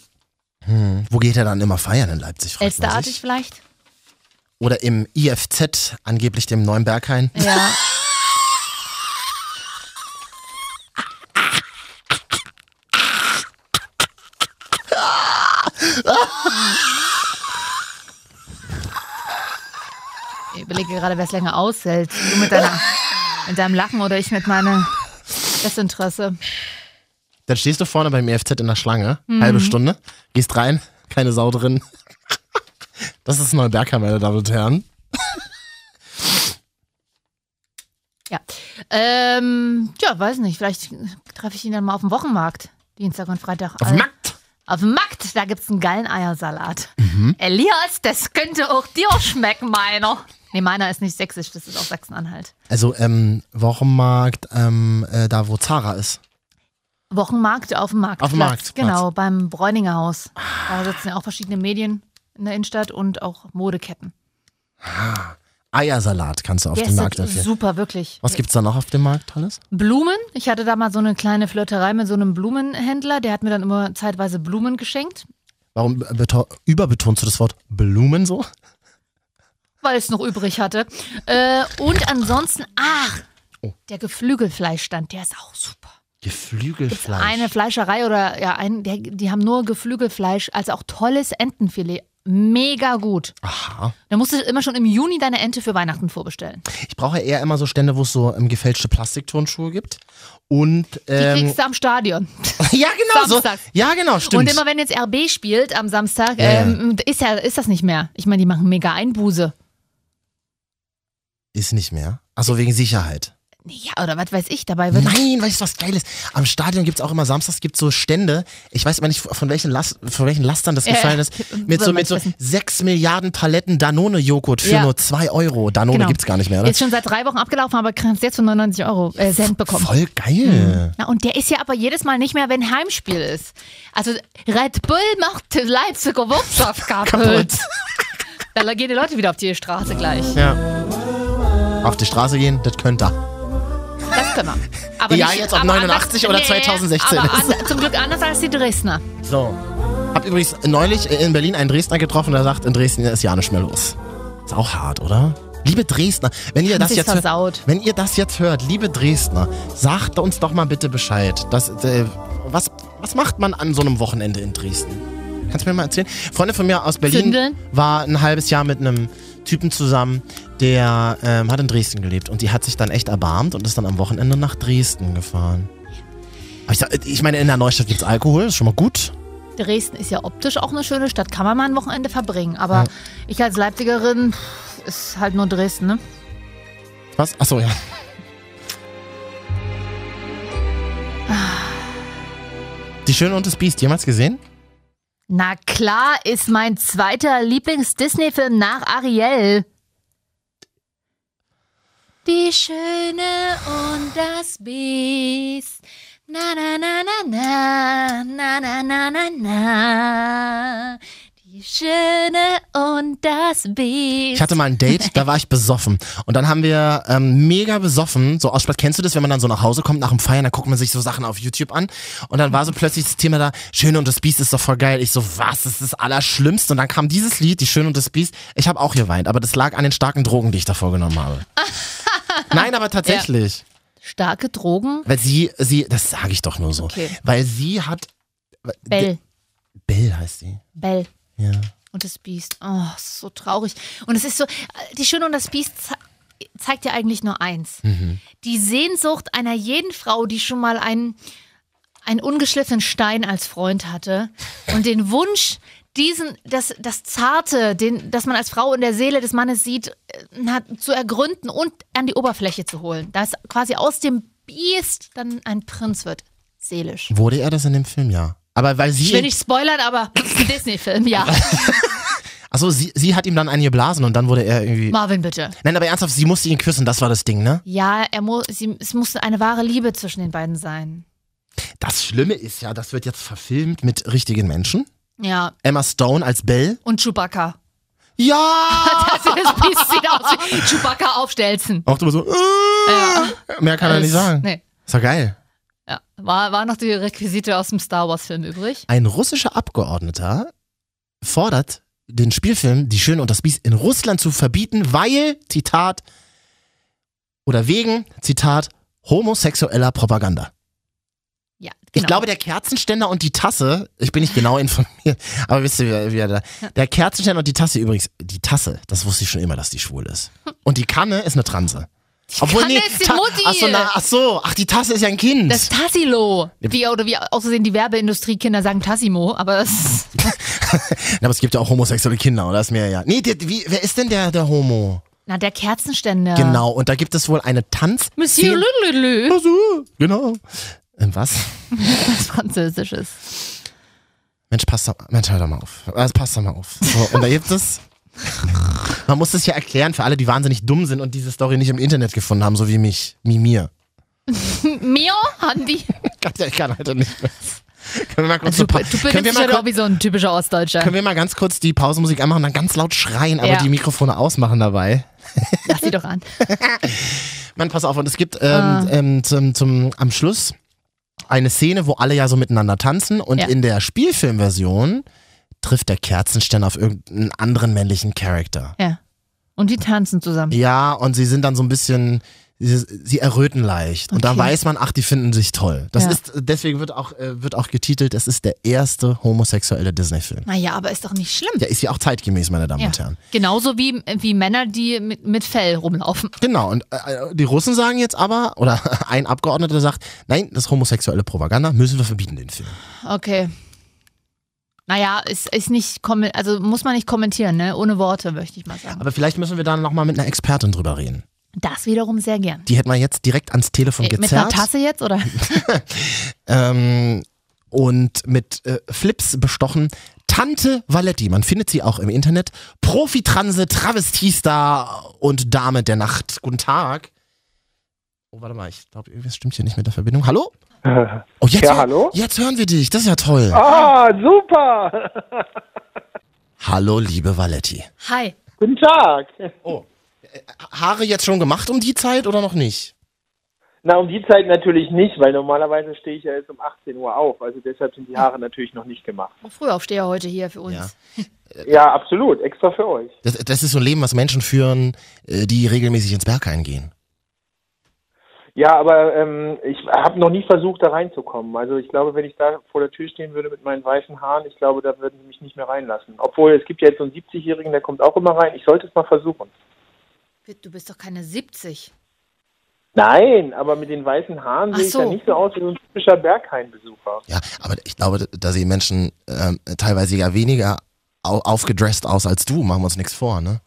Speaker 1: hm, wo geht er dann immer feiern in Leipzig? Fragt man
Speaker 2: Elsterartig
Speaker 1: sich.
Speaker 2: vielleicht?
Speaker 1: Oder im IFZ, angeblich dem neuen Berghain.
Speaker 2: Ja. Ich überlege gerade, wer es länger aushält. Du mit, deiner, mit deinem Lachen oder ich mit meinem Desinteresse.
Speaker 1: Dann stehst du vorne beim IFZ in der Schlange,
Speaker 2: Mhm.
Speaker 1: halbe Stunde, gehst rein, keine Sau drin. [laughs] Das ist Neuberger, meine Damen und Herren.
Speaker 2: Ja. Ähm, ja, weiß nicht. Vielleicht treffe ich ihn dann mal auf dem Wochenmarkt. Dienstag und Freitag.
Speaker 1: Auf dem Markt.
Speaker 2: Auf dem Markt, da gibt's einen geilen Eiersalat.
Speaker 1: Mhm.
Speaker 2: Elias, das könnte auch dir schmecken, meiner. Nee, meiner ist nicht sächsisch, das ist auch Sachsen-Anhalt.
Speaker 1: Also, ähm, Wochenmarkt, ähm, äh, da wo Zara ist.
Speaker 2: Wochenmarkt auf dem Markt.
Speaker 1: Auf dem Marktplatz. Ah.
Speaker 2: Genau, beim Bräuninger Haus. Da sitzen ja auch verschiedene Medien in der Innenstadt und auch Modeketten.
Speaker 1: Eiersalat kannst du auf
Speaker 2: Der
Speaker 1: dem
Speaker 2: ist
Speaker 1: Markt empfehlen.
Speaker 2: super, wirklich.
Speaker 1: Was gibt's da noch auf dem Markt, Tolles?
Speaker 2: Blumen. Ich hatte da mal so eine kleine Flirterei mit so einem Blumenhändler. Der hat mir dann immer zeitweise Blumen geschenkt,
Speaker 1: Warum beto- überbetonst du das Wort Blumen so?
Speaker 2: weil es noch übrig hatte. Äh, und ansonsten, ach,
Speaker 1: Oh.
Speaker 2: der Geflügelfleischstand, der ist auch super.
Speaker 1: Geflügelfleisch.
Speaker 2: Eine Fleischerei oder ja, ein, der, die haben nur Geflügelfleisch, also auch tolles Entenfilet. Mega gut.
Speaker 1: Aha.
Speaker 2: Da musst du immer schon im Juni deine Ente für Weihnachten vorbestellen.
Speaker 1: Ich brauche eher immer so Stände, wo es so ähm, gefälschte Plastikturnschuhe gibt. Und
Speaker 2: Die
Speaker 1: ähm,
Speaker 2: kriegst du am Stadion.
Speaker 1: [laughs] ja genau so.
Speaker 2: samstags.
Speaker 1: Ja genau stimmt.
Speaker 2: Und immer wenn jetzt RB spielt am Samstag,
Speaker 1: Ja, ja.
Speaker 2: ähm, ist, ja, ist das nicht mehr. Ich meine, die machen mega Einbuße.
Speaker 1: Ist nicht mehr. Achso, wegen Sicherheit.
Speaker 2: Ja, oder was weiß ich, dabei wird.
Speaker 1: Nein, weißt du was Geiles? Am Stadion gibt's auch immer samstags gibt's so Stände. Ich weiß mal nicht, von welchen, Last, von welchen Lastern das
Speaker 2: Ja,
Speaker 1: gefallen
Speaker 2: ja.
Speaker 1: ist. Mit
Speaker 2: Soll
Speaker 1: so,
Speaker 2: man
Speaker 1: mit so
Speaker 2: wissen.
Speaker 1: 6 Milliarden Paletten Danone-Joghurt für
Speaker 2: Ja.
Speaker 1: nur 2 Euro. Danone
Speaker 2: Genau.
Speaker 1: gibt's gar nicht mehr, oder?
Speaker 2: Ist schon seit drei Wochen abgelaufen, aber kannst jetzt für 99 Euro äh, Cent bekommen.
Speaker 1: Voll geil.
Speaker 2: Na, und der ist ja aber jedes Mal nicht mehr, wenn Heimspiel ist. Also Red Bull macht die
Speaker 1: [laughs]
Speaker 2: Leipziger Wirtschaft kaputt.
Speaker 1: Kaputt.
Speaker 2: Da gehen die Leute wieder auf die Straße gleich.
Speaker 1: Ja. Auf die Straße gehen, das könnte er.
Speaker 2: Das können wir. Aber
Speaker 1: Ja, jetzt ob
Speaker 2: aber
Speaker 1: 89 oder 2016
Speaker 2: Aber an, zum Glück anders als die Dresdner.
Speaker 1: So. Hab übrigens neulich in Berlin einen Dresdner getroffen, der sagt, in Dresden ist ja nicht mehr los. Ist auch hart, oder? Liebe Dresdner, wenn ihr das
Speaker 2: sich
Speaker 1: jetzt
Speaker 2: versaut.
Speaker 1: hört, wenn ihr das jetzt hört, liebe Dresdner, sagt uns doch mal bitte Bescheid, dass, äh, was was macht man an so einem Wochenende in Dresden? Kannst du mir mal erzählen? Freunde von mir aus Berlin
Speaker 2: Zündeln?
Speaker 1: war ein halbes Jahr mit einem Typen zusammen, der ähm, hat in Dresden gelebt und die hat sich dann echt erbarmt und ist dann am Wochenende nach Dresden gefahren. Aber ich, sag, ich meine, in der Neustadt gibt's Alkohol, ist schon mal gut.
Speaker 2: Dresden ist ja optisch auch eine schöne Stadt, kann man mal ein Wochenende verbringen. Aber ich als Leipzigerin pff, ist halt nur Dresden, ne?
Speaker 1: Was? Achso, ja. Die Schöne und das Biest, jemals gesehen?
Speaker 2: Na klar ist mein zweiter Lieblings-Disney-Film nach Ariel. Die Schöne und das Biest. Na na na na na, na na na na na. Die Schöne und das Biest.
Speaker 1: Ich hatte mal ein Date, da war ich besoffen. Und dann haben wir ähm, mega besoffen, so Ausspalt, kennst du das, wenn man dann so nach Hause kommt nach dem Feiern, dann guckt man sich so Sachen auf YouTube an. Und dann war so plötzlich das Thema da, Schöne und das Biest ist doch voll geil. Ich so, was, das ist das Allerschlimmste. Und dann kam dieses Lied, Die Schöne und das Biest. Ich habe auch geweint, aber das lag an den starken Drogen, die ich davor genommen habe. Nein, aber tatsächlich.
Speaker 2: Starke Drogen.
Speaker 1: Weil sie, sie, das sage ich doch nur so.
Speaker 2: Okay.
Speaker 1: Weil sie hat.
Speaker 2: Bell.
Speaker 1: Bell heißt sie.
Speaker 2: Bell.
Speaker 1: Ja.
Speaker 2: und das Biest. Oh, es ist so traurig. Und es ist so, äh, die Schöne und das Biest ze- zeigt ja eigentlich nur eins. Die Sehnsucht einer jeden Frau, die schon mal einen, einen ungeschliffenen Stein als Freund hatte und den Wunsch, diesen, das, das Zarte, den, das man als Frau in der Seele des Mannes sieht, äh, hat, zu ergründen und an die Oberfläche zu holen. Dass quasi aus dem Biest dann ein Prinz wird. Seelisch.
Speaker 1: Wurde er das in dem Film? Ja. Aber weil
Speaker 2: Ich will
Speaker 1: sie.
Speaker 2: nicht spoilern, aber ein Disney-Film, ja.
Speaker 1: Achso, sie, sie hat ihm dann einen geblasen und dann wurde er irgendwie.
Speaker 2: Marvin, bitte.
Speaker 1: Nein, aber ernsthaft, sie musste ihn küssen, das war das Ding, ne?
Speaker 2: Ja, er mu sie, es musste eine wahre Liebe zwischen den beiden sein.
Speaker 1: Das Schlimme ist ja, das wird jetzt verfilmt mit richtigen Menschen.
Speaker 2: Ja,
Speaker 1: Emma Stone als Belle.
Speaker 2: und Chewbacca.
Speaker 1: Ja!
Speaker 2: [laughs] Das ist, Biest sieht aus wie [laughs] Chewbacca aufstelzen.
Speaker 1: Auch du so, äh,
Speaker 2: Ja. ne-
Speaker 1: mehr kann er nicht
Speaker 2: Das-
Speaker 1: sagen.
Speaker 2: Nee.
Speaker 1: Ist doch geil.
Speaker 2: Ja. War, war noch die Requisite aus dem Star Wars-Film übrig.
Speaker 1: Ein russischer Abgeordneter fordert, den Spielfilm Die Schöne und das Biest in Russland zu verbieten, weil, Zitat, oder wegen, Zitat, homosexueller Propaganda.
Speaker 2: Ja, genau.
Speaker 1: Ich glaube, der Kerzenständer und die Tasse, ich bin nicht genau informiert, aber wisst ihr, wie, wie er da, der Kerzenständer und die Tasse übrigens, die Tasse, das wusste ich schon immer, dass die schwul ist. Und die Kanne ist eine Transe. Die
Speaker 2: Kanne ist die Mutti.
Speaker 1: Ach so, na, ach so, ach, die Tasse ist ja ein Kind.
Speaker 2: das Tassilo. Wie, oder wie außerdem die Werbeindustriekinder sagen Tassimo, aber es
Speaker 1: Na, aber es gibt ja auch homosexuelle Kinder, oder? Das ist mir ja. Nee, der, wie, wer ist denn der, der Homo?
Speaker 2: [laughs] Na, der Kerzenständer.
Speaker 1: Genau, und da gibt es wohl eine Tanz.
Speaker 2: Monsieur Lululu.
Speaker 1: Lulu. Genau. Ähm, was?
Speaker 2: Was Französisches.
Speaker 1: Mensch, passt doch, Mensch, hör doch mal auf. Also, passt doch mal auf. So, und da gibt
Speaker 2: [laughs]
Speaker 1: es. Man muss das ja erklären für alle, die wahnsinnig dumm sind und diese Story nicht im Internet gefunden haben, so wie mich, wie mir.
Speaker 2: Mio
Speaker 1: [laughs]
Speaker 2: haben die.
Speaker 1: Gott, ja, Ich kann halt nicht mehr. Können wir mal kurz
Speaker 2: Du,
Speaker 1: so pa-
Speaker 2: Also, du
Speaker 1: können, wir
Speaker 2: benutzt
Speaker 1: mal
Speaker 2: ja
Speaker 1: kurz,
Speaker 2: doch wie so ein typischer Ostdeutscher.
Speaker 1: können wir mal ganz kurz die Pausenmusik anmachen und dann ganz laut schreien, aber
Speaker 2: Ja.
Speaker 1: die Mikrofone ausmachen dabei?
Speaker 2: Lass sie doch an.
Speaker 1: Mann, pass auf, und es gibt ähm,
Speaker 2: Ah.
Speaker 1: ähm, zum, zum, am Schluss eine Szene, wo alle ja so miteinander tanzen und
Speaker 2: Ja.
Speaker 1: in der Spielfilmversion trifft der Kerzenständer auf irgendeinen anderen männlichen Charakter.
Speaker 2: Ja. Und die tanzen zusammen.
Speaker 1: Ja, und sie sind dann so ein bisschen, sie, sie erröten leicht. Und da
Speaker 2: Okay.
Speaker 1: weiß man, ach, die finden sich toll. Das
Speaker 2: Ja.
Speaker 1: ist, deswegen wird auch, äh, wird auch getitelt, es ist der erste homosexuelle Disney-Film.
Speaker 2: Naja, aber ist doch nicht schlimm.
Speaker 1: Der ist ja auch zeitgemäß, meine Damen
Speaker 2: Ja.
Speaker 1: und Herren.
Speaker 2: Genauso wie, wie Männer, die mit, mit Fell rumlaufen.
Speaker 1: Genau, und äh, die Russen sagen jetzt aber, oder [laughs] ein Abgeordneter sagt, nein, das ist homosexuelle Propaganda, müssen wir verbieten, den Film.
Speaker 2: Okay. Naja, ist, ist nicht, kommen- also muss man nicht kommentieren, ne? Ohne Worte, möchte ich mal sagen.
Speaker 1: Aber vielleicht müssen wir da nochmal mit einer Expertin drüber reden.
Speaker 2: Das wiederum sehr gern.
Speaker 1: Die hätten wir jetzt direkt ans Telefon
Speaker 2: Äh, Mit einer
Speaker 1: gezerrt.
Speaker 2: Tasse jetzt, oder?
Speaker 1: ähm, und mit äh, Flips bestochen. Tante Valetti, man findet sie auch im Internet. Profitranse, Travestiestar und Dame der Nacht. Guten Tag. Oh, warte mal, ich glaube, irgendwas stimmt hier nicht mit der Verbindung.
Speaker 4: [laughs]
Speaker 1: Hallo? Oh, jetzt,
Speaker 4: Ja,
Speaker 1: hör-
Speaker 4: hallo?
Speaker 1: jetzt hören wir dich, das ist ja toll.
Speaker 4: [laughs] Ah, super!
Speaker 1: Hallo, liebe Valetti.
Speaker 2: [laughs] Hi.
Speaker 4: Guten Tag!
Speaker 1: Haare jetzt schon gemacht um die Zeit oder noch nicht?
Speaker 4: Na, um die Zeit natürlich nicht, weil normalerweise stehe ich ja jetzt um 18 Uhr auf. Also deshalb sind die Haare natürlich noch nicht gemacht.
Speaker 2: Frühaufsteher heute hier für uns.
Speaker 1: Ja.
Speaker 4: Ja, absolut. Extra für euch.
Speaker 1: Das, das ist so ein Leben, was Menschen führen, äh, die regelmäßig ins Berg eingehen.
Speaker 4: Ja, aber ähm, ich habe noch nie versucht, da reinzukommen. Also ich glaube, wenn ich da vor der Tür stehen würde mit meinen weißen Haaren, ich glaube, da würden sie mich nicht mehr reinlassen. Obwohl, es gibt ja jetzt so einen 70-Jährigen, der kommt auch immer rein. Ich sollte es mal versuchen.
Speaker 2: Du bist doch keine 70.
Speaker 4: Nein, aber mit den weißen Haaren
Speaker 2: Ach
Speaker 4: sehe ich ja
Speaker 2: so.
Speaker 4: nicht so aus wie so ein typischer Berghain-Besucher.
Speaker 1: Ja, aber ich glaube, da sehen Menschen ähm, teilweise ja weniger au aufgedresst aus als du. Machen wir uns nichts vor, ne?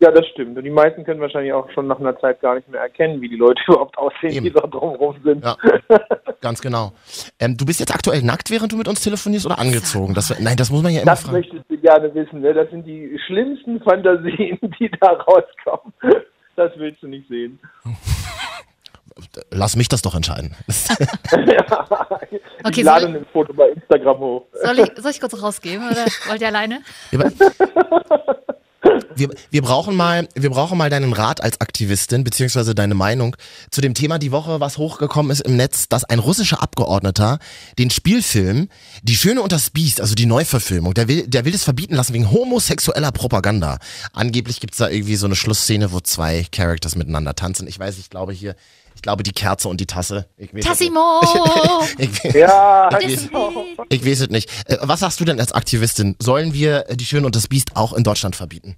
Speaker 4: Ja, das stimmt. Und die meisten können wahrscheinlich auch schon nach einer Zeit gar nicht mehr erkennen, wie die Leute [laughs] überhaupt aussehen,
Speaker 1: Eben.
Speaker 4: die da drumherum sind.
Speaker 1: Ja. [laughs] Ganz genau. Ähm, du bist jetzt aktuell nackt, während du mit uns telefonierst oder angezogen? Das, nein, das muss man ja immer
Speaker 4: Das
Speaker 1: fragen.
Speaker 4: möchtest du gerne wissen. Ne? Das sind die schlimmsten Fantasien, [laughs] die da rauskommen. Das willst du nicht sehen.
Speaker 1: Lass mich das doch entscheiden. [laughs]
Speaker 4: Ich
Speaker 2: Okay,
Speaker 4: lade
Speaker 2: soll-
Speaker 4: ein Foto bei
Speaker 1: [laughs]
Speaker 4: Instagram hoch.
Speaker 2: Soll ich, soll ich kurz rausgehen oder wollt ihr alleine?
Speaker 1: Ja, aber- Wir, wir, brauchen mal, wir brauchen mal deinen Rat als Aktivistin, beziehungsweise deine Meinung zu dem Thema die Woche, was hochgekommen ist im Netz, dass ein russischer Abgeordneter den Spielfilm Die Schöne und das Biest, also die Neuverfilmung, der will, der will es verbieten lassen wegen homosexueller Propaganda. Angeblich gibt's da irgendwie so eine Schlussszene, wo zwei Characters miteinander tanzen. Ich weiß, ich glaube hier, ich glaube die Kerze und die Tasse. Ich weiß es nicht.
Speaker 2: Tassimo!
Speaker 1: [laughs] Ich,
Speaker 4: Ja,
Speaker 1: ich,
Speaker 4: genau.
Speaker 1: ich weiß es nicht. Äh, Was sagst du denn als Aktivistin? Sollen wir äh, Die Schöne und das Biest auch in Deutschland verbieten?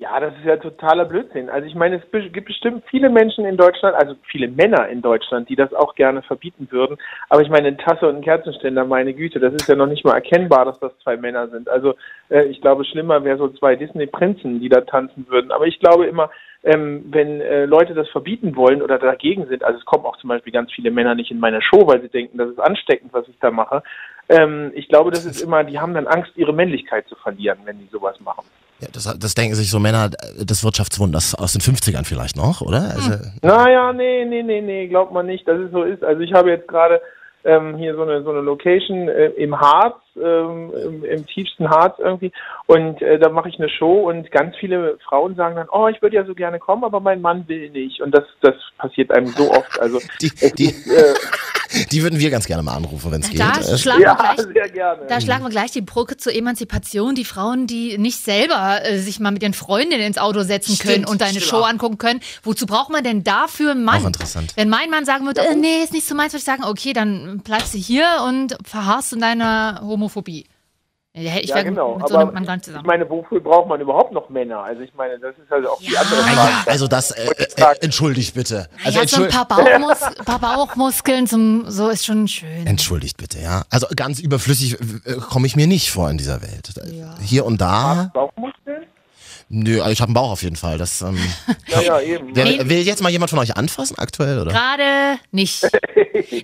Speaker 4: ja, das ist ja totaler Blödsinn. Also ich meine, es be- gibt bestimmt viele Menschen in Deutschland, also viele Männer in Deutschland, die das auch gerne verbieten würden. Aber ich meine, eine Tasse und ein Kerzenständer, meine Güte, das ist ja noch nicht mal erkennbar, dass das zwei Männer sind. Also äh, ich glaube, schlimmer wäre so zwei Disney-Prinzen, die da tanzen würden. Aber ich glaube immer, ähm, wenn äh, Leute das verbieten wollen oder dagegen sind, also es kommen auch zum Beispiel ganz viele Männer nicht in meine Show, weil sie denken, das ist ansteckend, was ich da mache. Ähm, ich glaube, das ist immer, die haben dann Angst, ihre Männlichkeit zu verlieren, wenn die sowas machen.
Speaker 1: Ja, das, das denken sich so Männer des Wirtschaftswunders aus den 50ern vielleicht noch, oder? Also,
Speaker 4: Naja, nee, nee, nee, nee, glaubt man nicht, dass es so ist. Also ich habe jetzt gerade ähm, hier so eine so eine Location äh, im Harz, ähm, im, im tiefsten Harz irgendwie. Und äh, da mache ich eine Show und ganz viele Frauen sagen dann, oh, ich würde ja so gerne kommen, aber mein Mann will nicht. Und das, das passiert einem so oft. Also
Speaker 1: Die,
Speaker 4: es
Speaker 1: die,
Speaker 4: ist, äh,
Speaker 2: [laughs]
Speaker 1: die würden wir ganz gerne mal anrufen, wenn es geht.
Speaker 2: Da
Speaker 1: Äh,
Speaker 2: schlagen,
Speaker 4: ja,
Speaker 2: wir gleich,
Speaker 4: sehr gerne.
Speaker 2: da schlagen wir gleich die Brücke zur Emanzipation. Die Frauen, die nicht selber äh, sich mal mit ihren Freundinnen ins Auto setzen können und deine Show angucken können. Wozu braucht man denn dafür einen Mann?
Speaker 1: Auch interessant.
Speaker 2: Wenn mein Mann sagen würde, äh, nee, ist nicht so meins, würde ich sagen, okay, dann bleibst du hier und verharrst in deiner Homophobie. Ja, Ich
Speaker 4: ja,
Speaker 2: wäre
Speaker 4: genau.
Speaker 2: mit so
Speaker 4: aber
Speaker 2: einem Mann gar nicht
Speaker 4: ich
Speaker 2: zusammen.
Speaker 4: meine, wofür braucht man überhaupt noch Männer? Also ich meine, das ist also auch die andere
Speaker 1: Ah,
Speaker 4: Frage.
Speaker 1: ja, also das, äh, äh, äh,
Speaker 4: Sag-
Speaker 1: entschuldigt bitte. Also
Speaker 2: Also ja, so ein
Speaker 1: entschuld,
Speaker 2: paar, Bauchmus paar Bauchmuskeln, zum, so ist schon schön.
Speaker 1: entschuldigt bitte, ja. Also ganz überflüssig äh, komme ich mir nicht vor in dieser Welt. Hier und da,
Speaker 4: Bauchmuskeln?
Speaker 1: nö, also ich habe einen Bauch auf jeden Fall. Das,
Speaker 2: [laughs]
Speaker 1: ähm,
Speaker 4: Ja, ja, eben.
Speaker 1: wer,
Speaker 2: Nee.
Speaker 1: Will jetzt mal jemand von euch anfassen aktuell, oder?
Speaker 2: Gerade nicht.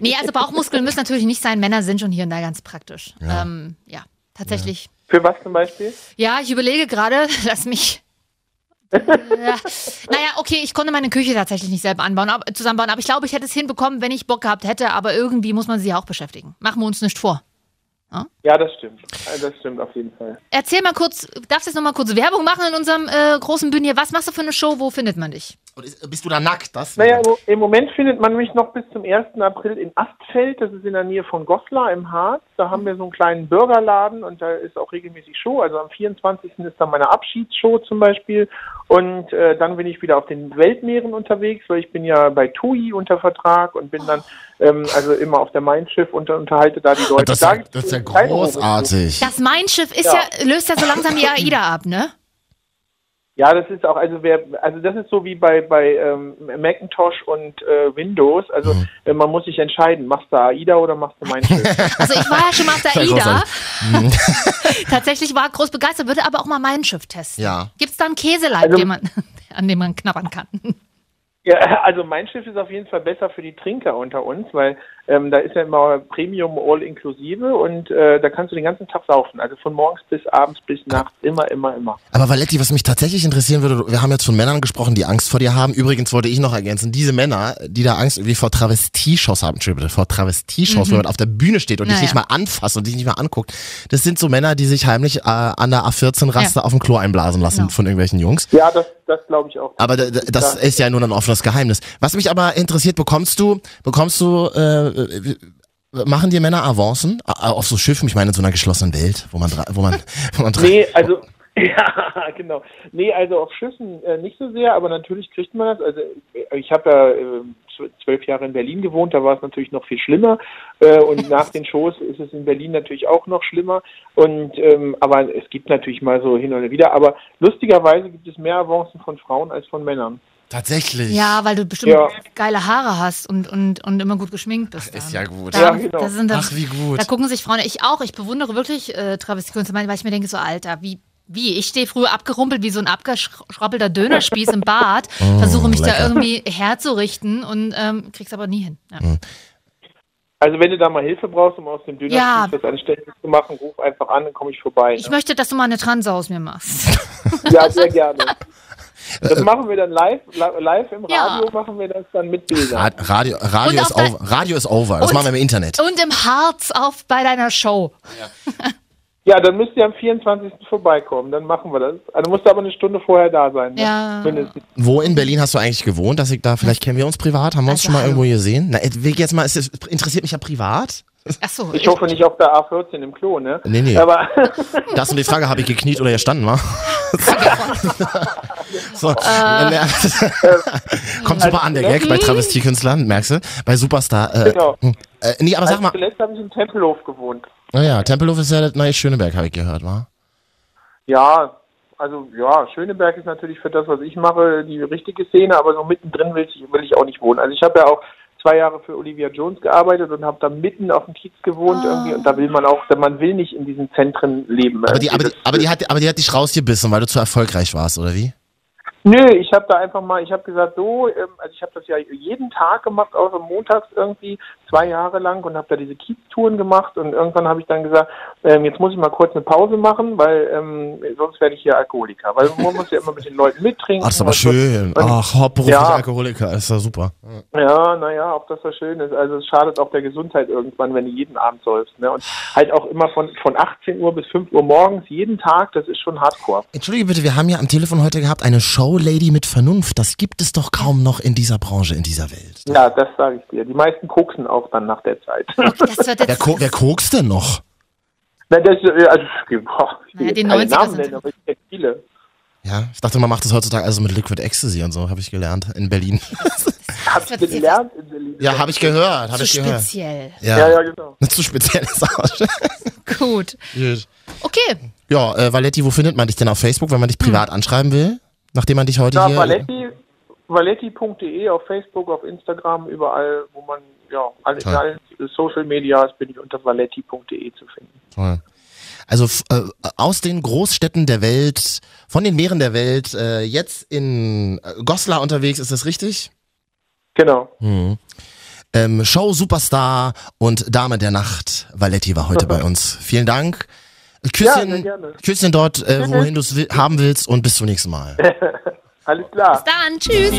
Speaker 2: Nee, also Bauchmuskeln müssen natürlich nicht sein. Männer sind schon hier und da ganz praktisch. Ja, ähm, ja tatsächlich.
Speaker 4: Für was zum Beispiel?
Speaker 2: Ja, ich überlege gerade, [laughs] lass mich. ja. Naja, okay, ich konnte meine Küche tatsächlich nicht selber anbauen, aber, zusammenbauen, aber ich glaube, ich hätte es hinbekommen, wenn ich Bock gehabt hätte, aber irgendwie muss man sie ja auch beschäftigen. Machen wir uns nicht vor.
Speaker 4: Ja, das stimmt. Also Das stimmt auf jeden Fall.
Speaker 2: Erzähl mal kurz, darfst du jetzt noch mal kurz Werbung machen in unserem äh, großen Bühne? Was machst du für eine Show? Wo findet man dich?
Speaker 1: Oder ist- Bist du da nackt? Das
Speaker 4: Naja, im- im Moment findet man mich noch bis zum 1. April in Astfeld, das ist in der Nähe von Goslar im Harz. Da haben wir so einen kleinen Burgerladen und da ist auch regelmäßig Show. Also am 24. ist dann meine Abschiedsshow zum Beispiel. Und äh, dann bin ich wieder auf den Weltmeeren unterwegs, weil ich bin ja bei TUI unter Vertrag und bin dann ähm, also immer auf der Main Schiff und unterhalte da die Leute.
Speaker 1: das, ist
Speaker 4: Da
Speaker 1: ja-
Speaker 4: gibt's
Speaker 1: das ist ja
Speaker 4: keine Ruhe.
Speaker 1: großartig.
Speaker 2: Das Mein Schiff ist ja. löst ja so langsam die AIDA ab, ne?
Speaker 4: Ja, das ist auch, also wer, also das ist so wie bei, bei ähm, Macintosh und äh, Windows. Also
Speaker 1: Mhm.
Speaker 4: äh, man muss sich entscheiden, machst du AIDA oder machst du mein Schiff?
Speaker 1: [laughs]
Speaker 2: Also ich war ja schon mal auf der
Speaker 1: Sehr
Speaker 2: AIDA.
Speaker 1: großartig. [laughs]
Speaker 2: [laughs] Tatsächlich war groß begeistert, würde aber auch mal mein Schiff testen.
Speaker 1: Ja.
Speaker 2: Gibt es da einen Käseleib,
Speaker 4: Also-
Speaker 2: den man, [laughs] an dem man knabbern kann?
Speaker 4: Ja, also mein Schiff ist auf jeden Fall besser für die Trinker unter uns, weil ähm, da ist ja immer Premium All inklusive und äh, da kannst du den ganzen Tag saufen. Also von morgens bis abends bis nachts, immer, immer, immer.
Speaker 1: Aber Valetti, was mich tatsächlich interessieren würde, wir haben jetzt von Männern gesprochen, die Angst vor dir haben. Übrigens wollte ich noch ergänzen, diese Männer, die da Angst irgendwie vor Travestieshows haben, Entschuldigung, bitte, vor
Speaker 2: Mhm.
Speaker 1: Travestieshows, wenn man auf der Bühne steht und dich
Speaker 2: Naja.
Speaker 1: nicht mal anfasst und dich nicht mal anguckt, das sind so Männer, die sich heimlich äh, an der A14-Raste auf dem Klo einblasen lassen
Speaker 2: Genau.
Speaker 1: von irgendwelchen Jungs.
Speaker 4: Ja, das, das glaube ich auch.
Speaker 1: Aber d- d- das
Speaker 4: Ja.
Speaker 1: ist ja nur ein offenes Geheimnis. Was mich aber interessiert, bekommst du, bekommst du, äh, äh, machen dir Männer Avancen A- auf so Schiffen? Ich meine, in so einer geschlossenen Welt, wo man, dra- wo man, wo man dra-
Speaker 2: [laughs]
Speaker 4: Nee, also [laughs] ja, genau. Nee, also auf Schiffen äh, nicht so sehr, aber natürlich kriegt man das. Also äh, ich habe ja äh, zw- zwölf Jahre in Berlin gewohnt, da war es natürlich noch viel schlimmer. Äh, und nach den Shows ist es in Berlin natürlich auch noch schlimmer. Und ähm, aber es gibt natürlich mal so hin und wieder. Aber lustigerweise gibt es mehr Avancen von Frauen als von Männern.
Speaker 1: Tatsächlich.
Speaker 2: Ja, weil du bestimmt
Speaker 4: Ja.
Speaker 2: geile Haare hast und, und, und immer gut geschminkt bist.
Speaker 1: Ist
Speaker 2: dann.
Speaker 1: ja gut.
Speaker 2: Da,
Speaker 4: Ja, genau.
Speaker 2: da sind dann,
Speaker 1: Ach, wie gut.
Speaker 2: Da gucken sich Frauen, ich auch, ich bewundere wirklich äh, Travestiekünstler, weil ich mir denke, so Alter, wie, wie, ich stehe früher abgerumpelt wie so ein abgeschrappelter Dönerspieß
Speaker 1: [laughs]
Speaker 2: im Bad, versuche mich
Speaker 1: Oh, lecker.
Speaker 2: da irgendwie herzurichten und ähm, krieg's aber nie hin. Ja.
Speaker 4: Also wenn du da mal Hilfe brauchst, um aus dem Döner
Speaker 2: Ja.
Speaker 4: was anständig zu machen, ruf einfach an, dann komme ich vorbei.
Speaker 2: Ich
Speaker 4: ne?
Speaker 2: möchte, dass du mal eine Transe aus mir machst. [laughs]
Speaker 4: Ja,
Speaker 1: [laughs]
Speaker 4: sehr gerne. Das machen wir dann live, li- live im
Speaker 2: Ja.
Speaker 4: Radio machen wir das dann mit Bildern.
Speaker 1: Ra- Radio, Radio,
Speaker 2: Und
Speaker 1: ist
Speaker 2: auf der-
Speaker 1: over. Radio ist over. Das
Speaker 2: Und-
Speaker 1: machen wir im Internet.
Speaker 2: Und im Harz auf bei deiner Show.
Speaker 4: Ja, dann müsst ihr am 24. vorbeikommen, dann machen wir das. Also musst du aber eine Stunde vorher da sein. Ne?
Speaker 2: Ja.
Speaker 4: Mindestens.
Speaker 1: Wo in Berlin hast du eigentlich gewohnt? Dass ich da, vielleicht kennen wir uns privat? Haben wir uns
Speaker 2: Also,
Speaker 1: schon mal
Speaker 2: hallo.
Speaker 1: irgendwo gesehen? Na, ich will jetzt mal, es ist- interessiert mich ja privat.
Speaker 2: Achso,
Speaker 4: Ich hoffe nicht auf der A14 im Klo, ne?
Speaker 1: Nee, nee.
Speaker 4: Aber
Speaker 1: Das und die Frage, habe ich gekniet oder gestanden, wa? [laughs] so, äh, Kommt super an, der Gag bei Travestiekünstlern, merkst du? Bei Superstar. Äh,
Speaker 4: genau.
Speaker 1: äh, nee,
Speaker 4: [laughs]
Speaker 1: aber sag
Speaker 4: Also
Speaker 1: mal,
Speaker 4: zuletzt habe ich im Tempelhof gewohnt.
Speaker 1: naja, Tempelhof ist ja das neue Schöneberg, habe ich gehört, wa?
Speaker 4: Ja, also ja, Schöneberg ist natürlich für das, was ich mache, die richtige Szene, aber so mittendrin will ich, will ich auch nicht wohnen. Also ich habe ja auch zwei Jahre für Olivia Jones gearbeitet und habe da mitten auf dem Kiez gewohnt
Speaker 1: Ah.
Speaker 4: irgendwie und da will man auch, man will nicht in diesen Zentren leben.
Speaker 1: Aber die,
Speaker 4: irgendwie.
Speaker 1: aber, die,
Speaker 4: Äh, Das-
Speaker 1: aber, die hat, aber die hat dich rausgebissen, weil du zu erfolgreich warst, oder wie?
Speaker 4: Nö, ich habe da einfach mal, ich habe gesagt, so, ähm, also ich habe das ja jeden Tag gemacht, außer montags irgendwie, zwei Jahre lang und habe da diese Kiez-Touren gemacht und irgendwann habe ich dann gesagt, ähm, jetzt muss ich mal kurz eine Pause machen, weil ähm, sonst werde ich hier Alkoholiker. Weil man muss ja immer mit den Leuten mittrinken.
Speaker 1: Ach, ist aber
Speaker 4: und so.
Speaker 1: schön.
Speaker 4: Und-
Speaker 1: Ach, hauptberuflich
Speaker 4: Ja.
Speaker 1: Alkoholiker, ist Also, ja super.
Speaker 4: Ja, naja, ob das so schön ist. Also es schadet auch der Gesundheit irgendwann, wenn du jeden Abend säufst. Ne? Und halt auch immer von, von 18 Uhr bis 5 Uhr morgens, jeden Tag, das ist schon hardcore.
Speaker 1: Entschuldige bitte, wir haben ja am Telefon heute gehabt eine Show-Lady mit Vernunft. Das gibt es doch kaum noch in dieser Branche, in dieser Welt.
Speaker 4: Ja, das sage ich dir. Die meisten koksen auch dann nach der
Speaker 1: [laughs]
Speaker 4: Zeit.
Speaker 2: Das wird
Speaker 1: Wer,
Speaker 2: jetzt,
Speaker 1: ko wer kokst denn noch?
Speaker 4: Na, das, äh, also, [laughs] boah, ich will
Speaker 2: Naja, die
Speaker 4: jetzt keine
Speaker 2: 90er
Speaker 4: Namen
Speaker 2: sind-
Speaker 4: nennen, aber ich kenne viele.
Speaker 1: Ja, ich dachte, man macht das heutzutage also mit Liquid Ecstasy und so, habe ich gelernt in Berlin.
Speaker 4: Hast du
Speaker 2: wird jetzt
Speaker 4: gelernt in Berlin?
Speaker 1: [laughs] ja, habe ich gehört, habe
Speaker 2: zu
Speaker 1: ich gehört.
Speaker 2: speziell.
Speaker 1: Ja.
Speaker 4: ja, ja, genau.
Speaker 1: Eine [laughs] zu spezielle Sache. Gut.
Speaker 2: Gut. Okay,
Speaker 1: ja, äh, Valetti, wo findet man dich denn auf Facebook, wenn man dich privat anschreiben will? Nachdem man dich heute
Speaker 4: Na,
Speaker 1: hier...
Speaker 4: Valetti, valetti.de auf Facebook, auf Instagram, überall, wo man, ja, alle, in
Speaker 1: Toll.
Speaker 4: allen Social Medias bin ich unter valetti.de zu finden.
Speaker 1: Toll. Also f- äh, aus den Großstädten der Welt, von den Meeren der Welt, äh, jetzt in äh, Goslar unterwegs, ist das richtig?
Speaker 4: Genau.
Speaker 1: Hm. Ähm, Show Superstar und Dame der Nacht, Valetti war heute bei
Speaker 4: [laughs]
Speaker 1: uns. Vielen Dank.
Speaker 4: Ja, sehr
Speaker 1: Küsschen,
Speaker 4: gerne.
Speaker 1: Küsschen dort,
Speaker 4: [laughs]
Speaker 1: äh, wohin du es wi haben willst und bis zum nächsten Mal.
Speaker 4: Alles klar.
Speaker 2: dann tschüss.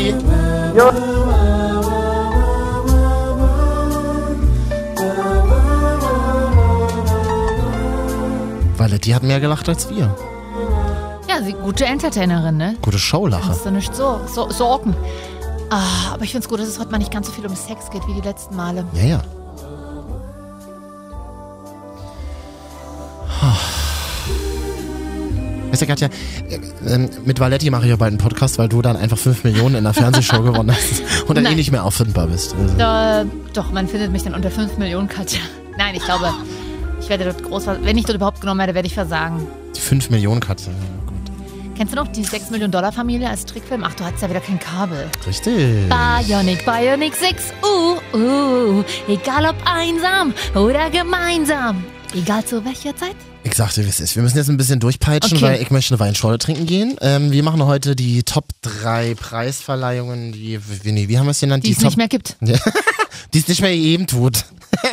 Speaker 1: Valetti hat mehr gelacht als wir.
Speaker 2: Ja, sie, gute Entertainerin, ne?
Speaker 1: Gute Showlache.
Speaker 2: Hast du nicht so, so Sorgen. Ah, aber ich find's gut, dass es heute mal nicht ganz so viel um Sex geht wie die letzten Male.
Speaker 1: Ja, ja. Ah. Weißt du, Katja, äh, ähm, mit Valetti mache ich ja bald einen Podcast, weil du dann einfach 5 Millionen in einer
Speaker 2: [laughs]
Speaker 1: Fernsehshow gewonnen hast und dann eh
Speaker 2: Nein.
Speaker 1: nicht mehr auffindbar bist. Also,
Speaker 2: Äh, doch, man findet mich dann unter 5 Millionen Katja. [laughs] Nein, ich glaube, ich werde dort groß, wenn ich dort überhaupt genommen werde, werde ich versagen.
Speaker 1: die 5 Millionen Katze.
Speaker 2: Kennst du noch die 6 Millionen Dollar Familie als Trickfilm? Ach, du hattest ja wieder kein Kabel.
Speaker 1: Richtig.
Speaker 2: Bionic, Bionic 6, uh, uh, egal ob einsam oder gemeinsam, egal zu welcher Zeit.
Speaker 1: Ich sagte, wie es ist. Wir müssen jetzt ein bisschen durchpeitschen,
Speaker 2: Okay.
Speaker 1: weil ich möchte eine Weinschorle trinken gehen. Ähm, wir machen heute die Top 3 Preisverleihungen, die, wie, nee, wie haben wir es genannt?
Speaker 2: Die, es
Speaker 1: Top,
Speaker 2: nicht mehr gibt.
Speaker 1: [laughs] die es nicht mehr eben tut. [laughs]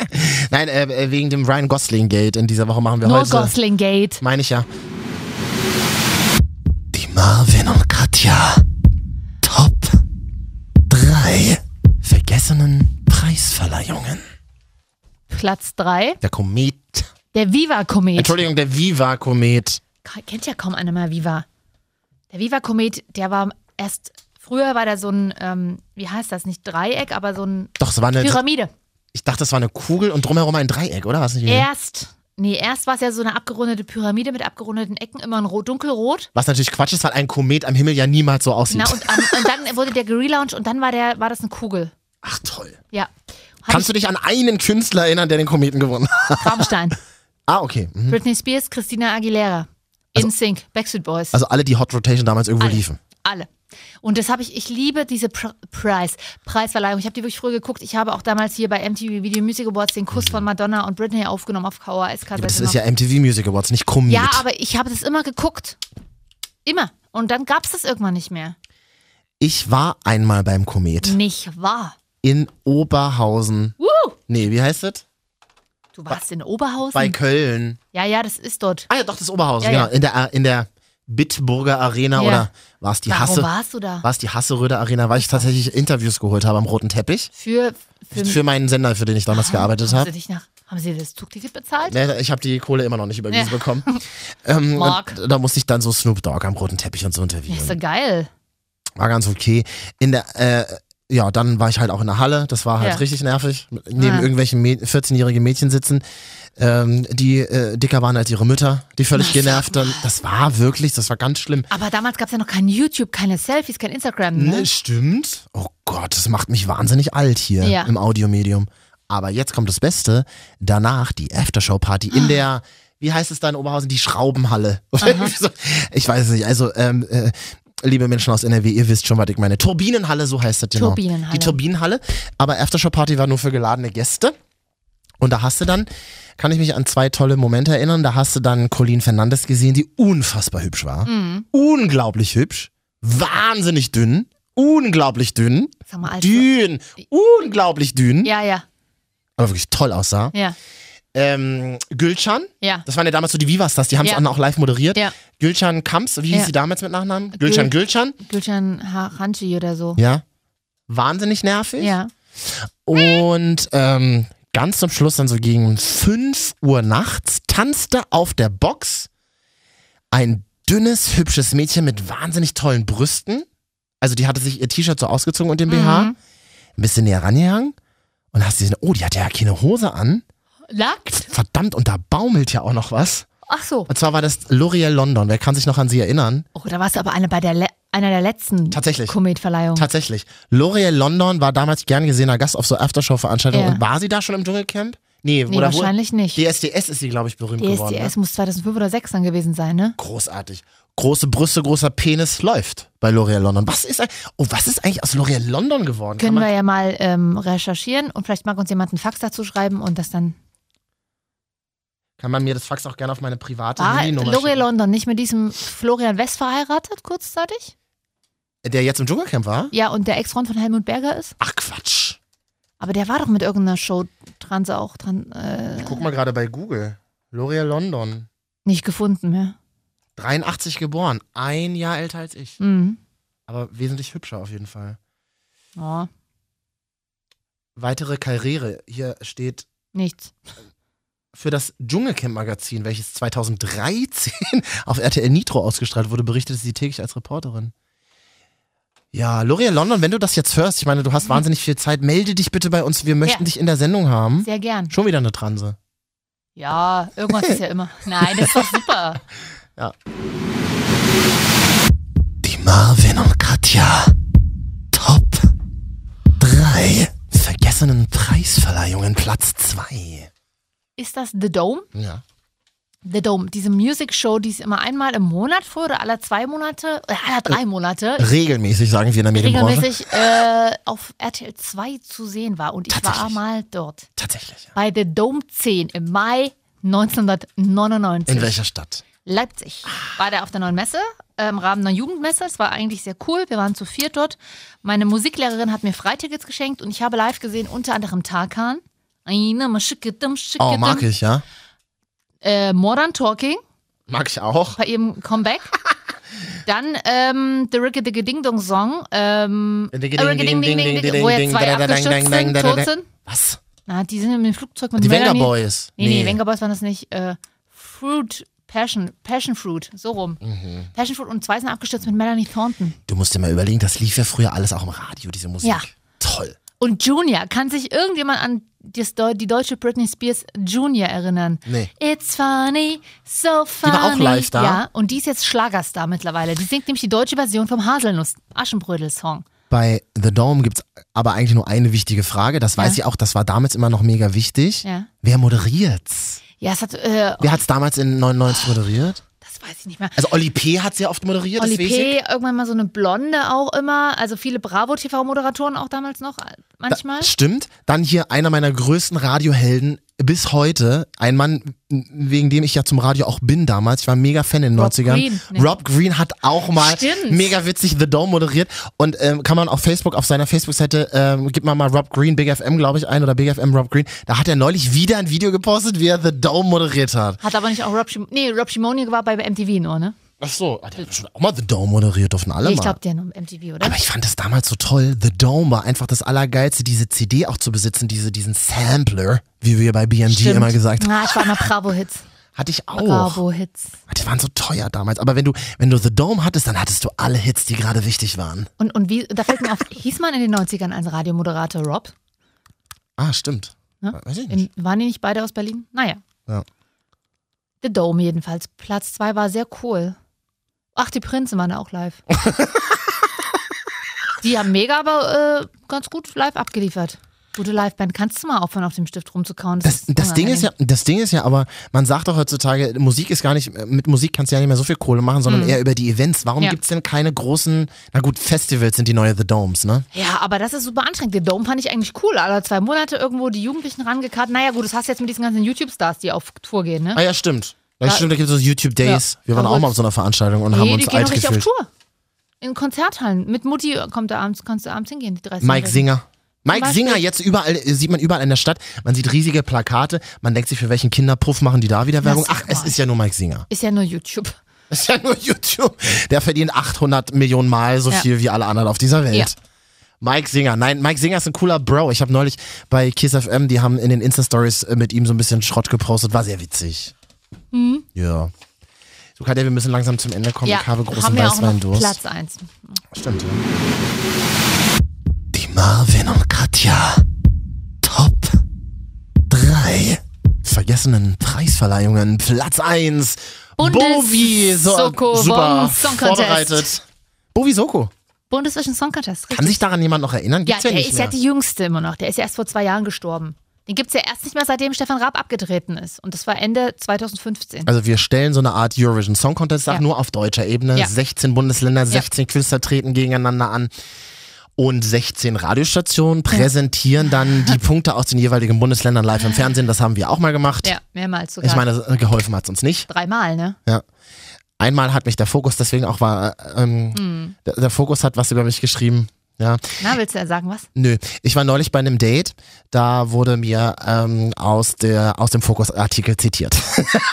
Speaker 1: Nein, äh, äh, wegen dem Ryan Gosling Gate in dieser Woche machen wir
Speaker 2: Nur
Speaker 1: heute.
Speaker 2: Gosling Gate.
Speaker 1: Meine ich ja. Die Marvin und Katja Top 3 vergessenen Preisverleihungen.
Speaker 2: Platz 3,
Speaker 1: Der Komet.
Speaker 2: der Viva-Komet.
Speaker 1: Entschuldigung, der Viva-Komet.
Speaker 2: Ka- kennt ja kaum einer mehr Viva. Der Viva-Komet, der war erst, früher war da so ein, ähm, wie heißt das, nicht Dreieck, aber so ein
Speaker 1: Doch, es war eine
Speaker 2: Pyramide.
Speaker 1: Ich dachte, das war eine Kugel und drumherum ein Dreieck, oder? Hast du nicht gesehen?
Speaker 2: Erst, nee, erst war es ja so eine abgerundete Pyramide mit abgerundeten Ecken, immer in rot, dunkelrot.
Speaker 1: Was natürlich Quatsch ist, weil ein Komet am Himmel ja niemals so aussieht.
Speaker 2: Na, und, an- und dann wurde der gelauncht und dann war, der, war das eine Kugel.
Speaker 1: Ach toll.
Speaker 2: Ja. Hab
Speaker 1: Kannst du
Speaker 2: ich,
Speaker 1: dich an einen Künstler erinnern, der den Kometen gewonnen hat?
Speaker 2: Rammstein,
Speaker 1: Ah, okay. [laughs] Mhm.
Speaker 2: Britney Spears, Christina Aguilera, InSync, Backstreet Boys.
Speaker 1: Also alle, die Hot Rotation damals irgendwo liefen.
Speaker 2: Alle. Und das habe ich, ich liebe diese Pr Preis, Preisverleihung. Ich habe die wirklich früher geguckt. Ich habe auch damals hier bei MTV Video Music Awards den Kuss von Madonna und Britney aufgenommen auf KOS-Kassette.
Speaker 1: Das ist ja MTV Music Awards, nicht Komet.
Speaker 2: ja, aber ich habe das immer geguckt. Immer. Und dann gab es das irgendwann nicht mehr.
Speaker 1: ich war einmal beim Komet
Speaker 2: Nicht wahr.
Speaker 1: in Oberhausen.
Speaker 2: Mhm. Wuhu!
Speaker 1: Nee, wie heißt das?
Speaker 2: Du warst in
Speaker 1: Bei
Speaker 2: Oberhausen?
Speaker 1: Köln.
Speaker 2: Ja, ja, das ist dort.
Speaker 1: Ah ja, doch, das ist Oberhausen,
Speaker 2: Ja,
Speaker 1: genau. In der, in der Bitburger Arena
Speaker 2: Ja.
Speaker 1: oder war es die
Speaker 2: Warum
Speaker 1: Hasse?
Speaker 2: warst du da?
Speaker 1: War es die Hasseröder Arena, weil ich tatsächlich Interviews geholt habe am roten Teppich.
Speaker 2: Für, für, Ah,
Speaker 1: Für meinen Sender, für den ich damals gearbeitet
Speaker 2: haben
Speaker 1: habe.
Speaker 2: sie dich nach. Haben sie das Zugticket bezahlt?
Speaker 1: Nee, ich habe die Kohle immer noch nicht überwiesen
Speaker 2: Ja.
Speaker 1: bekommen.
Speaker 2: [laughs]
Speaker 1: Ähm,
Speaker 2: Mark.
Speaker 1: und Da musste ich dann so Snoop Dogg am roten Teppich und so
Speaker 2: Ja, ist
Speaker 1: interviewen.
Speaker 2: doch geil.
Speaker 1: War ganz okay. In der, äh, ja, dann war ich halt auch in der Halle. Das war halt
Speaker 2: Ja.
Speaker 1: richtig nervig. Neben
Speaker 2: Ah.
Speaker 1: irgendwelchen Mä- 14-jährigen Mädchen sitzen, ähm, die äh, dicker waren als ihre Mütter, die völlig genervt dann. Das war wirklich, das war ganz schlimm.
Speaker 2: Aber damals gab es ja noch kein YouTube, keine Selfies, kein Instagram. Ne?
Speaker 1: Ne, stimmt. Oh Gott, das macht mich wahnsinnig alt hier
Speaker 2: Ja.
Speaker 1: im Audiomedium. Aber jetzt kommt das Beste. Danach die Aftershow-Party
Speaker 2: Ah.
Speaker 1: in der, wie heißt es da in Oberhausen, die Schraubenhalle. [laughs] Oder irgendwie so. ich weiß es nicht. Also, ähm, äh, liebe Menschen aus NRW, ihr wisst schon, was ich meine. Turbinenhalle, so heißt das genau.
Speaker 2: Turbinenhalle.
Speaker 1: Die Turbinenhalle. Aber Aftershow-Party war nur für geladene Gäste. Und da hast du dann, kann ich mich an zwei tolle Momente
Speaker 2: Mhm.
Speaker 1: erinnern, da hast du dann Colleen Fernandes gesehen, die unfassbar hübsch war. Unglaublich hübsch. wahnsinnig dünn, unglaublich dünn,
Speaker 2: Sag mal, als
Speaker 1: dünn, unglaublich dünn,
Speaker 2: Also- Ja, ja,
Speaker 1: aber wirklich toll aussah.
Speaker 2: ja,
Speaker 1: Ähm, Gülcan,
Speaker 2: ja.
Speaker 1: das waren ja damals so die Vivas-Stars, die haben es
Speaker 2: Ja.
Speaker 1: dann auch live moderiert.
Speaker 2: Ja.
Speaker 1: Gülcan Kamps, wie hieß
Speaker 2: Ja.
Speaker 1: sie damals mit Nachnamen? Gülcan Gülcan,
Speaker 2: Gülcan Haranchi oder so.
Speaker 1: ja. Wahnsinnig nervig.
Speaker 2: Ja.
Speaker 1: Und ähm, ganz zum Schluss, dann so gegen 5 Uhr nachts, tanzte auf der Box ein dünnes, hübsches Mädchen mit wahnsinnig tollen Brüsten. Also die hatte sich ihr T-Shirt so ausgezogen und den BH.
Speaker 2: Mhm.
Speaker 1: Ein bisschen näher rangehangen. Und hast gesehen, oh, die hat ja keine Hose an.
Speaker 2: Nackt?
Speaker 1: Verdammt, und da baumelt ja auch noch was.
Speaker 2: Ach so.
Speaker 1: Und zwar war das L'Oreal London. Wer kann sich noch an sie erinnern?
Speaker 2: Oh, da warst du aber eine bei der Le einer der letzten
Speaker 1: Tatsächlich.
Speaker 2: Kometverleihungen.
Speaker 1: Tatsächlich. L'Oreal London war damals gern gesehener Gast auf so Aftershow-Veranstaltungen.
Speaker 2: Ja.
Speaker 1: Und war sie da schon im Dschungelcamp? Nee,
Speaker 2: nee,
Speaker 1: oder wo-
Speaker 2: wahrscheinlich nicht.
Speaker 1: DSDS ist sie, glaube ich, berühmt geworden. Ne?
Speaker 2: DSDS muss 2005 oder 2006 dann gewesen sein, ne?
Speaker 1: Großartig. Große Brüste, großer Penis läuft bei L'Oreal London. Was ist, ein- oh, was ist eigentlich aus L'Oreal London geworden?
Speaker 2: Können wir
Speaker 1: Kann
Speaker 2: ja mal ähm, recherchieren und vielleicht mag uns jemand einen Fax dazu schreiben und das dann.
Speaker 1: man, kann man mir das Fax auch gerne auf meine private
Speaker 2: War
Speaker 1: Handynummer
Speaker 2: L'Oreal
Speaker 1: schicken?
Speaker 2: Ah, London nicht mit diesem Florian West verheiratet, kurzzeitig?
Speaker 1: Der jetzt im Dschungelcamp war?
Speaker 2: Ja, und der Ex-Freund von Helmut Berger ist?
Speaker 1: Ach Quatsch.
Speaker 2: Aber der war doch mit irgendeiner Show trans auch dran. Äh,
Speaker 1: Ich guck mal gerade bei Google. L'Oreal London.
Speaker 2: nicht gefunden mehr.
Speaker 1: 83 geboren. Ein Jahr älter als ich.
Speaker 2: Mhm.
Speaker 1: Aber wesentlich hübscher auf jeden Fall.
Speaker 2: Oh,
Speaker 1: Weitere Karriere. Hier steht
Speaker 2: nichts.
Speaker 1: für das Dschungelcamp-Magazin, welches 2013 [laughs] auf RTL Nitro ausgestrahlt wurde, berichtete sie täglich als Reporterin. Ja, L'Oreal London, wenn du das jetzt hörst, ich meine, du hast wahnsinnig viel Zeit, melde dich bitte bei uns, wir möchten
Speaker 2: Mhm. Ja.
Speaker 1: dich in der Sendung haben.
Speaker 2: Sehr gern.
Speaker 1: Schon wieder eine Transe.
Speaker 2: Ja, irgendwas ist ja immer. Nein, das ist doch super.
Speaker 1: Die Marvin und Katja Top 3 vergessenen Preisverleihungen Platz 2.
Speaker 2: Ist das The Dome?
Speaker 1: Ja.
Speaker 2: The Dome, diese Music Show, die ist immer einmal im Monat vor oder alle zwei Monate, äh, alle drei Monate
Speaker 1: äh, Regelmäßig, sagen wir in der Medienbranche.
Speaker 2: regelmäßig äh, auf RTL 2 zu sehen war. Und ich war
Speaker 1: Tatsächlich.
Speaker 2: mal dort.
Speaker 1: Tatsächlich. Ja.
Speaker 2: Bei The Dome 10 im Mai 1999.
Speaker 1: In welcher Stadt?
Speaker 2: Leipzig. War der auf der neuen Messe, äh, im Rahmen einer Jugendmesse. Es war eigentlich sehr cool. Wir waren zu viert dort. Meine Musiklehrerin hat mir Freitickets geschenkt und ich habe live gesehen, unter anderem Tarkan.
Speaker 1: Oh,
Speaker 2: Oh,
Speaker 1: mag ich, ja.
Speaker 2: Äh, Modern Talking
Speaker 1: Mag ich auch.
Speaker 2: bei ihrem
Speaker 1: [laughs]
Speaker 2: Comeback. Dann ähm, The Rickety Ding Dong Song. Ähm,
Speaker 1: Ding,
Speaker 2: äh,
Speaker 1: ding,
Speaker 2: Rickety Ding Ding Ding Ding, wo ja
Speaker 1: ding,
Speaker 2: zwei
Speaker 1: ding, ding,
Speaker 2: abgestürzt
Speaker 1: ding, ding,
Speaker 2: sind,
Speaker 1: ding,
Speaker 2: tot
Speaker 1: ding.
Speaker 2: sind.
Speaker 1: Was?
Speaker 2: Na, die sind mit dem Flugzeug mit
Speaker 1: Die Venga
Speaker 2: Melanie.
Speaker 1: Boys.
Speaker 2: Nee, nee, Venga Boys waren das nicht. Äh, Fruit, Passion, Passion Fruit, so rum.
Speaker 1: Mhm.
Speaker 2: Passion Fruit und zwei sind abgestürzt mit Melanie Thornton.
Speaker 1: Du musst dir mal überlegen, das lief ja früher alles auch im Radio, diese Musik.
Speaker 2: Ja.
Speaker 1: Toll.
Speaker 2: Und Junior, kann sich irgendjemand an das, Deu- die deutsche Britney Spears Junior erinnern?
Speaker 1: Nee.
Speaker 2: It's funny, so funny.
Speaker 1: war auch live da.
Speaker 2: Ja, und die ist jetzt Schlagerstar mittlerweile. Die singt nämlich die deutsche Version vom Haselnuss-Aschenbrödel-Song.
Speaker 1: Bei The Dome gibt's aber eigentlich nur eine wichtige Frage. Das weiß ich auch, das war damals immer noch mega wichtig.
Speaker 2: Ja.
Speaker 1: Wer moderiert's?
Speaker 2: Ja, es hat, äh,
Speaker 1: Wer hat's damals in
Speaker 2: Oh.
Speaker 1: 99 moderiert?
Speaker 2: das weiß ich nicht mehr.
Speaker 1: Also Oli P. hat sehr oft moderiert,
Speaker 2: Oli
Speaker 1: deswegen.
Speaker 2: P., irgendwann mal so eine Blonde auch immer. Also viele Bravo-TV-Moderatoren auch damals noch äh, manchmal.
Speaker 1: Stimmt. Dann hier einer meiner größten Radiohelden bis heute. Ein Mann, m- wegen dem ich ja zum Radio auch bin damals. Ich war mega Fan in den
Speaker 2: Rob
Speaker 1: 90ern.
Speaker 2: Green, ne?
Speaker 1: Rob Green hat auch mal
Speaker 2: Stimmt.
Speaker 1: mega witzig The Dome moderiert. Und ähm, kann man auf Facebook, auf seiner Facebook-Seite, ähm, gibt man mal Rob Green, Big FM, glaube ich, ein oder Big FM Rob Green. Da hat er neulich wieder ein Video gepostet, wie er The Dome moderiert hat.
Speaker 2: Hat aber nicht auch Rob Schim Nee, Rob Schimoni war bei MTV nur, ne?
Speaker 1: Ach so, hat er schon auch mal The Dome moderiert, dürfen alle
Speaker 2: Nee, ich
Speaker 1: mal.
Speaker 2: glaube, der nur MTV, oder?
Speaker 1: Aber ich fand das damals so toll. The Dome war einfach das Allergeilste, diese CD auch zu besitzen, diese, diesen Sampler, wie wir bei BMG
Speaker 2: Stimmt.
Speaker 1: immer gesagt haben.
Speaker 2: Na, Ah, ich war immer Bravo-Hits.
Speaker 1: Hatte ich auch.
Speaker 2: Bravo-Hits.
Speaker 1: Die waren so teuer damals. Aber wenn du, wenn du The Dome hattest, dann hattest du alle Hits, die gerade wichtig waren.
Speaker 2: Und, und wie, da fällt mir auf, hieß man in den 90ern als Radiomoderator Rob?
Speaker 1: Ah, stimmt.
Speaker 2: Ne?
Speaker 1: Weiß ich
Speaker 2: In,
Speaker 1: nicht.
Speaker 2: waren die nicht beide aus Berlin? Naja.
Speaker 1: Ja.
Speaker 2: The Dome jedenfalls. Platz zwei war sehr cool. Ach, die Prinzen waren da
Speaker 1: [laughs]
Speaker 2: auch live. die haben mega, aber äh, ganz gut live abgeliefert. Gute Liveband. Kannst du mal aufhören, auf dem Stift rumzukauen?
Speaker 1: Das, das, Ding ist ja, das Ding ist ja aber, man sagt doch heutzutage, Musik ist gar nicht, mit Musik kannst du ja nicht mehr so viel Kohle machen, sondern eher über die Events. Warum
Speaker 2: Mhm. Ja.
Speaker 1: gibt's denn keine großen, na gut, Festivals sind die neue The Domes, ne?
Speaker 2: Ja, aber das ist super anstrengend. Den Dome fand ich eigentlich cool. Alle zwei Monate irgendwo die Jugendlichen rangekarrt. Naja, gut, das hast du jetzt mit diesen ganzen YouTube-Stars, die auf Tour gehen, ne?
Speaker 1: Ah ja, stimmt. Ja,
Speaker 2: Da-
Speaker 1: stimmt, da gibt es so YouTube Days.
Speaker 2: Ja.
Speaker 1: Wir waren
Speaker 2: Da
Speaker 1: auch mal
Speaker 2: wird's-
Speaker 1: auf so einer Veranstaltung und haben
Speaker 2: Nee, die
Speaker 1: uns
Speaker 2: gehen
Speaker 1: alt
Speaker 2: doch richtig
Speaker 1: gefühlt.
Speaker 2: auf Tour. in Konzerthallen. Mit Mutti kommt da abends, kannst du abends hingehen, die 30
Speaker 1: Mike Singer. Mike
Speaker 2: Beispiel.
Speaker 1: Singer jetzt überall, äh, sieht man überall in der Stadt. Man sieht riesige Plakate. Man denkt sich, für welchen Kinderpuff machen die da wieder Werbung?
Speaker 2: sag
Speaker 1: Ach, es
Speaker 2: mal.
Speaker 1: ist ja nur Mike
Speaker 2: [laughs]
Speaker 1: Singer.
Speaker 2: Ist ja nur YouTube.
Speaker 1: Das ist ja nur YouTube. Der verdient 800 Millionen Mal so
Speaker 2: Ja.
Speaker 1: viel wie alle anderen auf dieser Welt.
Speaker 2: Ja.
Speaker 1: Mike Singer. Nein, Mike Singer ist ein cooler Bro. Ich habe neulich bei Kiss FM, die haben in den Insta-Stories äh, mit ihm so ein bisschen Schrott gepostet. War sehr witzig. Ja. So, Katja, wir müssen langsam zum Ende kommen.
Speaker 2: Mhm. ja,
Speaker 1: ich habe großen
Speaker 2: haben wir auch noch
Speaker 1: Weißweindurst.
Speaker 2: Platz 1.
Speaker 1: Stimmt, ja. Die Marvin und Katja. Top 3. Vergessenen Preisverleihungen. Platz 1.
Speaker 2: Bundes-
Speaker 1: Bovi. So,
Speaker 2: Soko
Speaker 1: super
Speaker 2: Wong Song Contest.
Speaker 1: vorbereitet. Bovi Soko.
Speaker 2: Bundeswischen Song Contest.
Speaker 1: Kann sich daran jemand noch erinnern?
Speaker 2: ja,
Speaker 1: Gibt's ja,
Speaker 2: der
Speaker 1: nicht
Speaker 2: ist
Speaker 1: mehr.
Speaker 2: ja die Jüngste immer noch. Der ist ja erst vor zwei Jahren gestorben. Den gibt es ja erst nicht mehr, seitdem Stefan Raab abgetreten ist. Und das war Ende 2015.
Speaker 1: also wir stellen so eine Art Eurovision Song Contest ab,
Speaker 2: Ja.
Speaker 1: nur auf deutscher Ebene.
Speaker 2: Ja.
Speaker 1: 16 Bundesländer, 16 Künstler treten gegeneinander an. Und 16 Radiostationen präsentieren dann
Speaker 2: [laughs]
Speaker 1: die Punkte aus den jeweiligen Bundesländern live im Fernsehen. Das haben wir auch mal gemacht.
Speaker 2: ja, mehrmals sogar.
Speaker 1: Ich meine, äh, geholfen hat's uns nicht.
Speaker 2: Dreimal, ne?
Speaker 1: Einmal hat mich der Fokus deswegen auch war, ähm,
Speaker 2: Hm.
Speaker 1: der, der Fokus hat was über mich geschrieben. Ja,
Speaker 2: Na, willst du ja sagen was?
Speaker 1: nö. Ich war neulich bei einem Date, da wurde mir ähm, aus, der, aus dem Fokus-Artikel zitiert.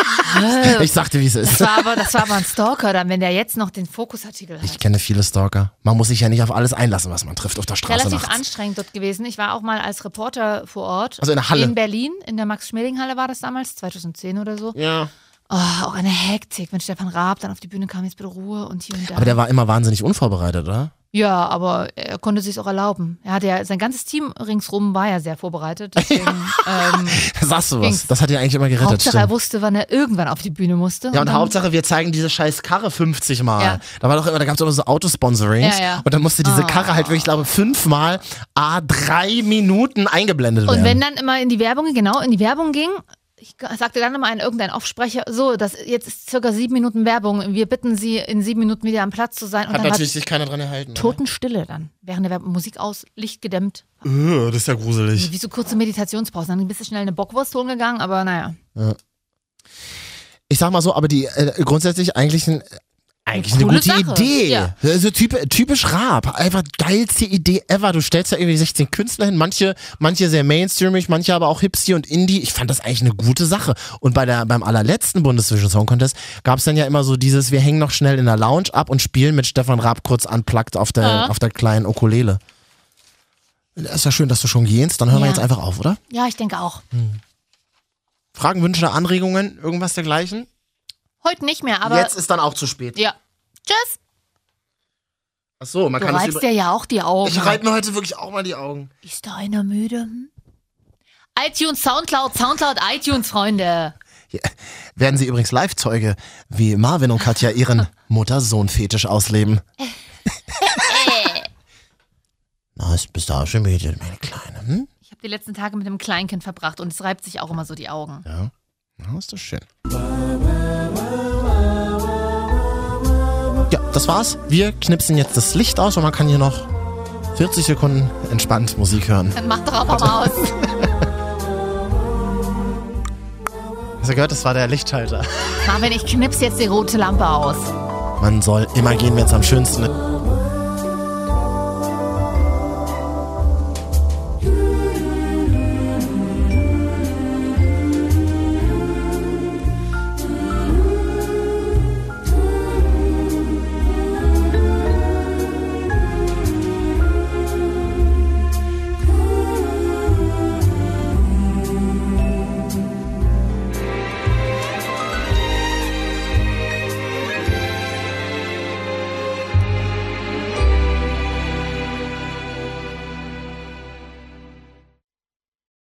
Speaker 1: [laughs] ich sagte, wie es
Speaker 2: Das
Speaker 1: ist.
Speaker 2: war aber, das war aber ein Stalker, dann, wenn der jetzt noch den Fokusartikel hat.
Speaker 1: Ich kenne viele Stalker. Man muss sich ja nicht auf alles einlassen, was man trifft auf der Straße
Speaker 2: Relativ
Speaker 1: nachts.
Speaker 2: anstrengend dort gewesen. Ich war auch mal als Reporter vor Ort.
Speaker 1: Also in der Halle.
Speaker 2: In Berlin, in der Max-Schmeling-Halle war das damals, 2010 oder so.
Speaker 1: Ja.
Speaker 2: Oh, auch eine Hektik, wenn Stefan Raab dann auf die Bühne kam, jetzt bitte Ruhe und hier und da.
Speaker 1: Aber der war immer wahnsinnig unvorbereitet, oder?
Speaker 2: ja, aber er konnte sich auch erlauben. Er hatte ja, sein ganzes Team ringsrum war ja sehr vorbereitet. Deswegen,
Speaker 1: [laughs]
Speaker 2: ähm,
Speaker 1: [laughs] Sagst du was?
Speaker 2: Ging's.
Speaker 1: Das hat ja eigentlich immer gerettet.
Speaker 2: Hauptsache er
Speaker 1: Stimmt.
Speaker 2: wusste, wann er irgendwann auf die Bühne musste.
Speaker 1: Ja, und
Speaker 2: dann-
Speaker 1: Hauptsache, wir zeigen diese scheiß Karre 50 Mal.
Speaker 2: Ja.
Speaker 1: Da war doch immer, da gab es immer so Autosponsorings.
Speaker 2: Ja, Ah. ja.
Speaker 1: Und dann musste diese Karre halt wirklich, ich glaube, fünfmal A3 Minuten eingeblendet werden.
Speaker 2: Und wenn dann immer in die Werbung, genau, in die Werbung ging, ich sagte dann immer an irgendein Aufsprecher, so, das, jetzt ist circa sieben Minuten Werbung, wir bitten Sie, in sieben Minuten wieder am Platz zu sein. Und
Speaker 1: hat
Speaker 2: dann war
Speaker 1: natürlich sich keiner dran erhalten.
Speaker 2: Totenstille dann, während der Werbung, Musik aus, Licht gedämmt,
Speaker 1: oder? Äh, das ist ja gruselig.
Speaker 2: wie so kurze Meditationspausen. Dann bist du schnell eine Bockwurst holen gegangen, aber naja.
Speaker 1: Ich sag mal so, aber die äh, grundsätzlich eigentlich ein. Eigentlich eine
Speaker 2: Eine
Speaker 1: gute
Speaker 2: coole Sache.
Speaker 1: Idee.
Speaker 2: Ja.
Speaker 1: Also typ, typisch Raab. Einfach geilste Idee ever. Du stellst da irgendwie 16 Künstler hin, manche, manche sehr mainstreamig, manche aber auch hipsy und indie. Ich fand das eigentlich eine gute Sache. Und bei der, beim allerletzten Bundesvision Song Contest gab es dann ja immer so dieses, wir hängen noch schnell in der Lounge ab und spielen mit Stefan Raab kurz unplugged auf der,
Speaker 2: Ja.
Speaker 1: auf der kleinen Ukulele. Das ist ja schön, dass du schon gehst. Dann hören wir
Speaker 2: Ja.
Speaker 1: jetzt einfach auf, oder?
Speaker 2: Ja, ich denke auch.
Speaker 1: Fragen, Wünsche, Anregungen, irgendwas dergleichen?
Speaker 2: Heute nicht mehr, aber
Speaker 1: Jetzt ist dann auch zu spät.
Speaker 2: ja. Tschüss.
Speaker 1: Ach so, man
Speaker 2: Du
Speaker 1: kann das
Speaker 2: reibst
Speaker 1: über
Speaker 2: dir ja auch die Augen.
Speaker 1: Ich reibe mir heute wirklich auch mal die Augen.
Speaker 2: Ist da einer müde? Hm? iTunes, Soundcloud, Soundcloud, iTunes, Freunde.
Speaker 1: Werden Sie übrigens Live-Zeuge, wie Marvin und Katja [laughs] ihren Mutter-Sohn-Fetisch [laughs] ausleben. Na, ist bist du auch schon müde, meine Kleine. Hm?
Speaker 2: Ich habe die letzten Tage mit einem Kleinkind verbracht und es reibt sich auch immer so die Augen.
Speaker 1: Ja. Na, ist doch schön. Ja, das war's. Wir knipsen jetzt das Licht aus und man kann hier noch 40 Sekunden entspannt Musik hören.
Speaker 2: Dann mach doch einfach mal aus.
Speaker 1: Hast du gehört, das war der Lichtschalter.
Speaker 2: Marvin, ich knips jetzt die rote Lampe aus.
Speaker 1: Man soll immer gehen, wenn es am schönsten ist.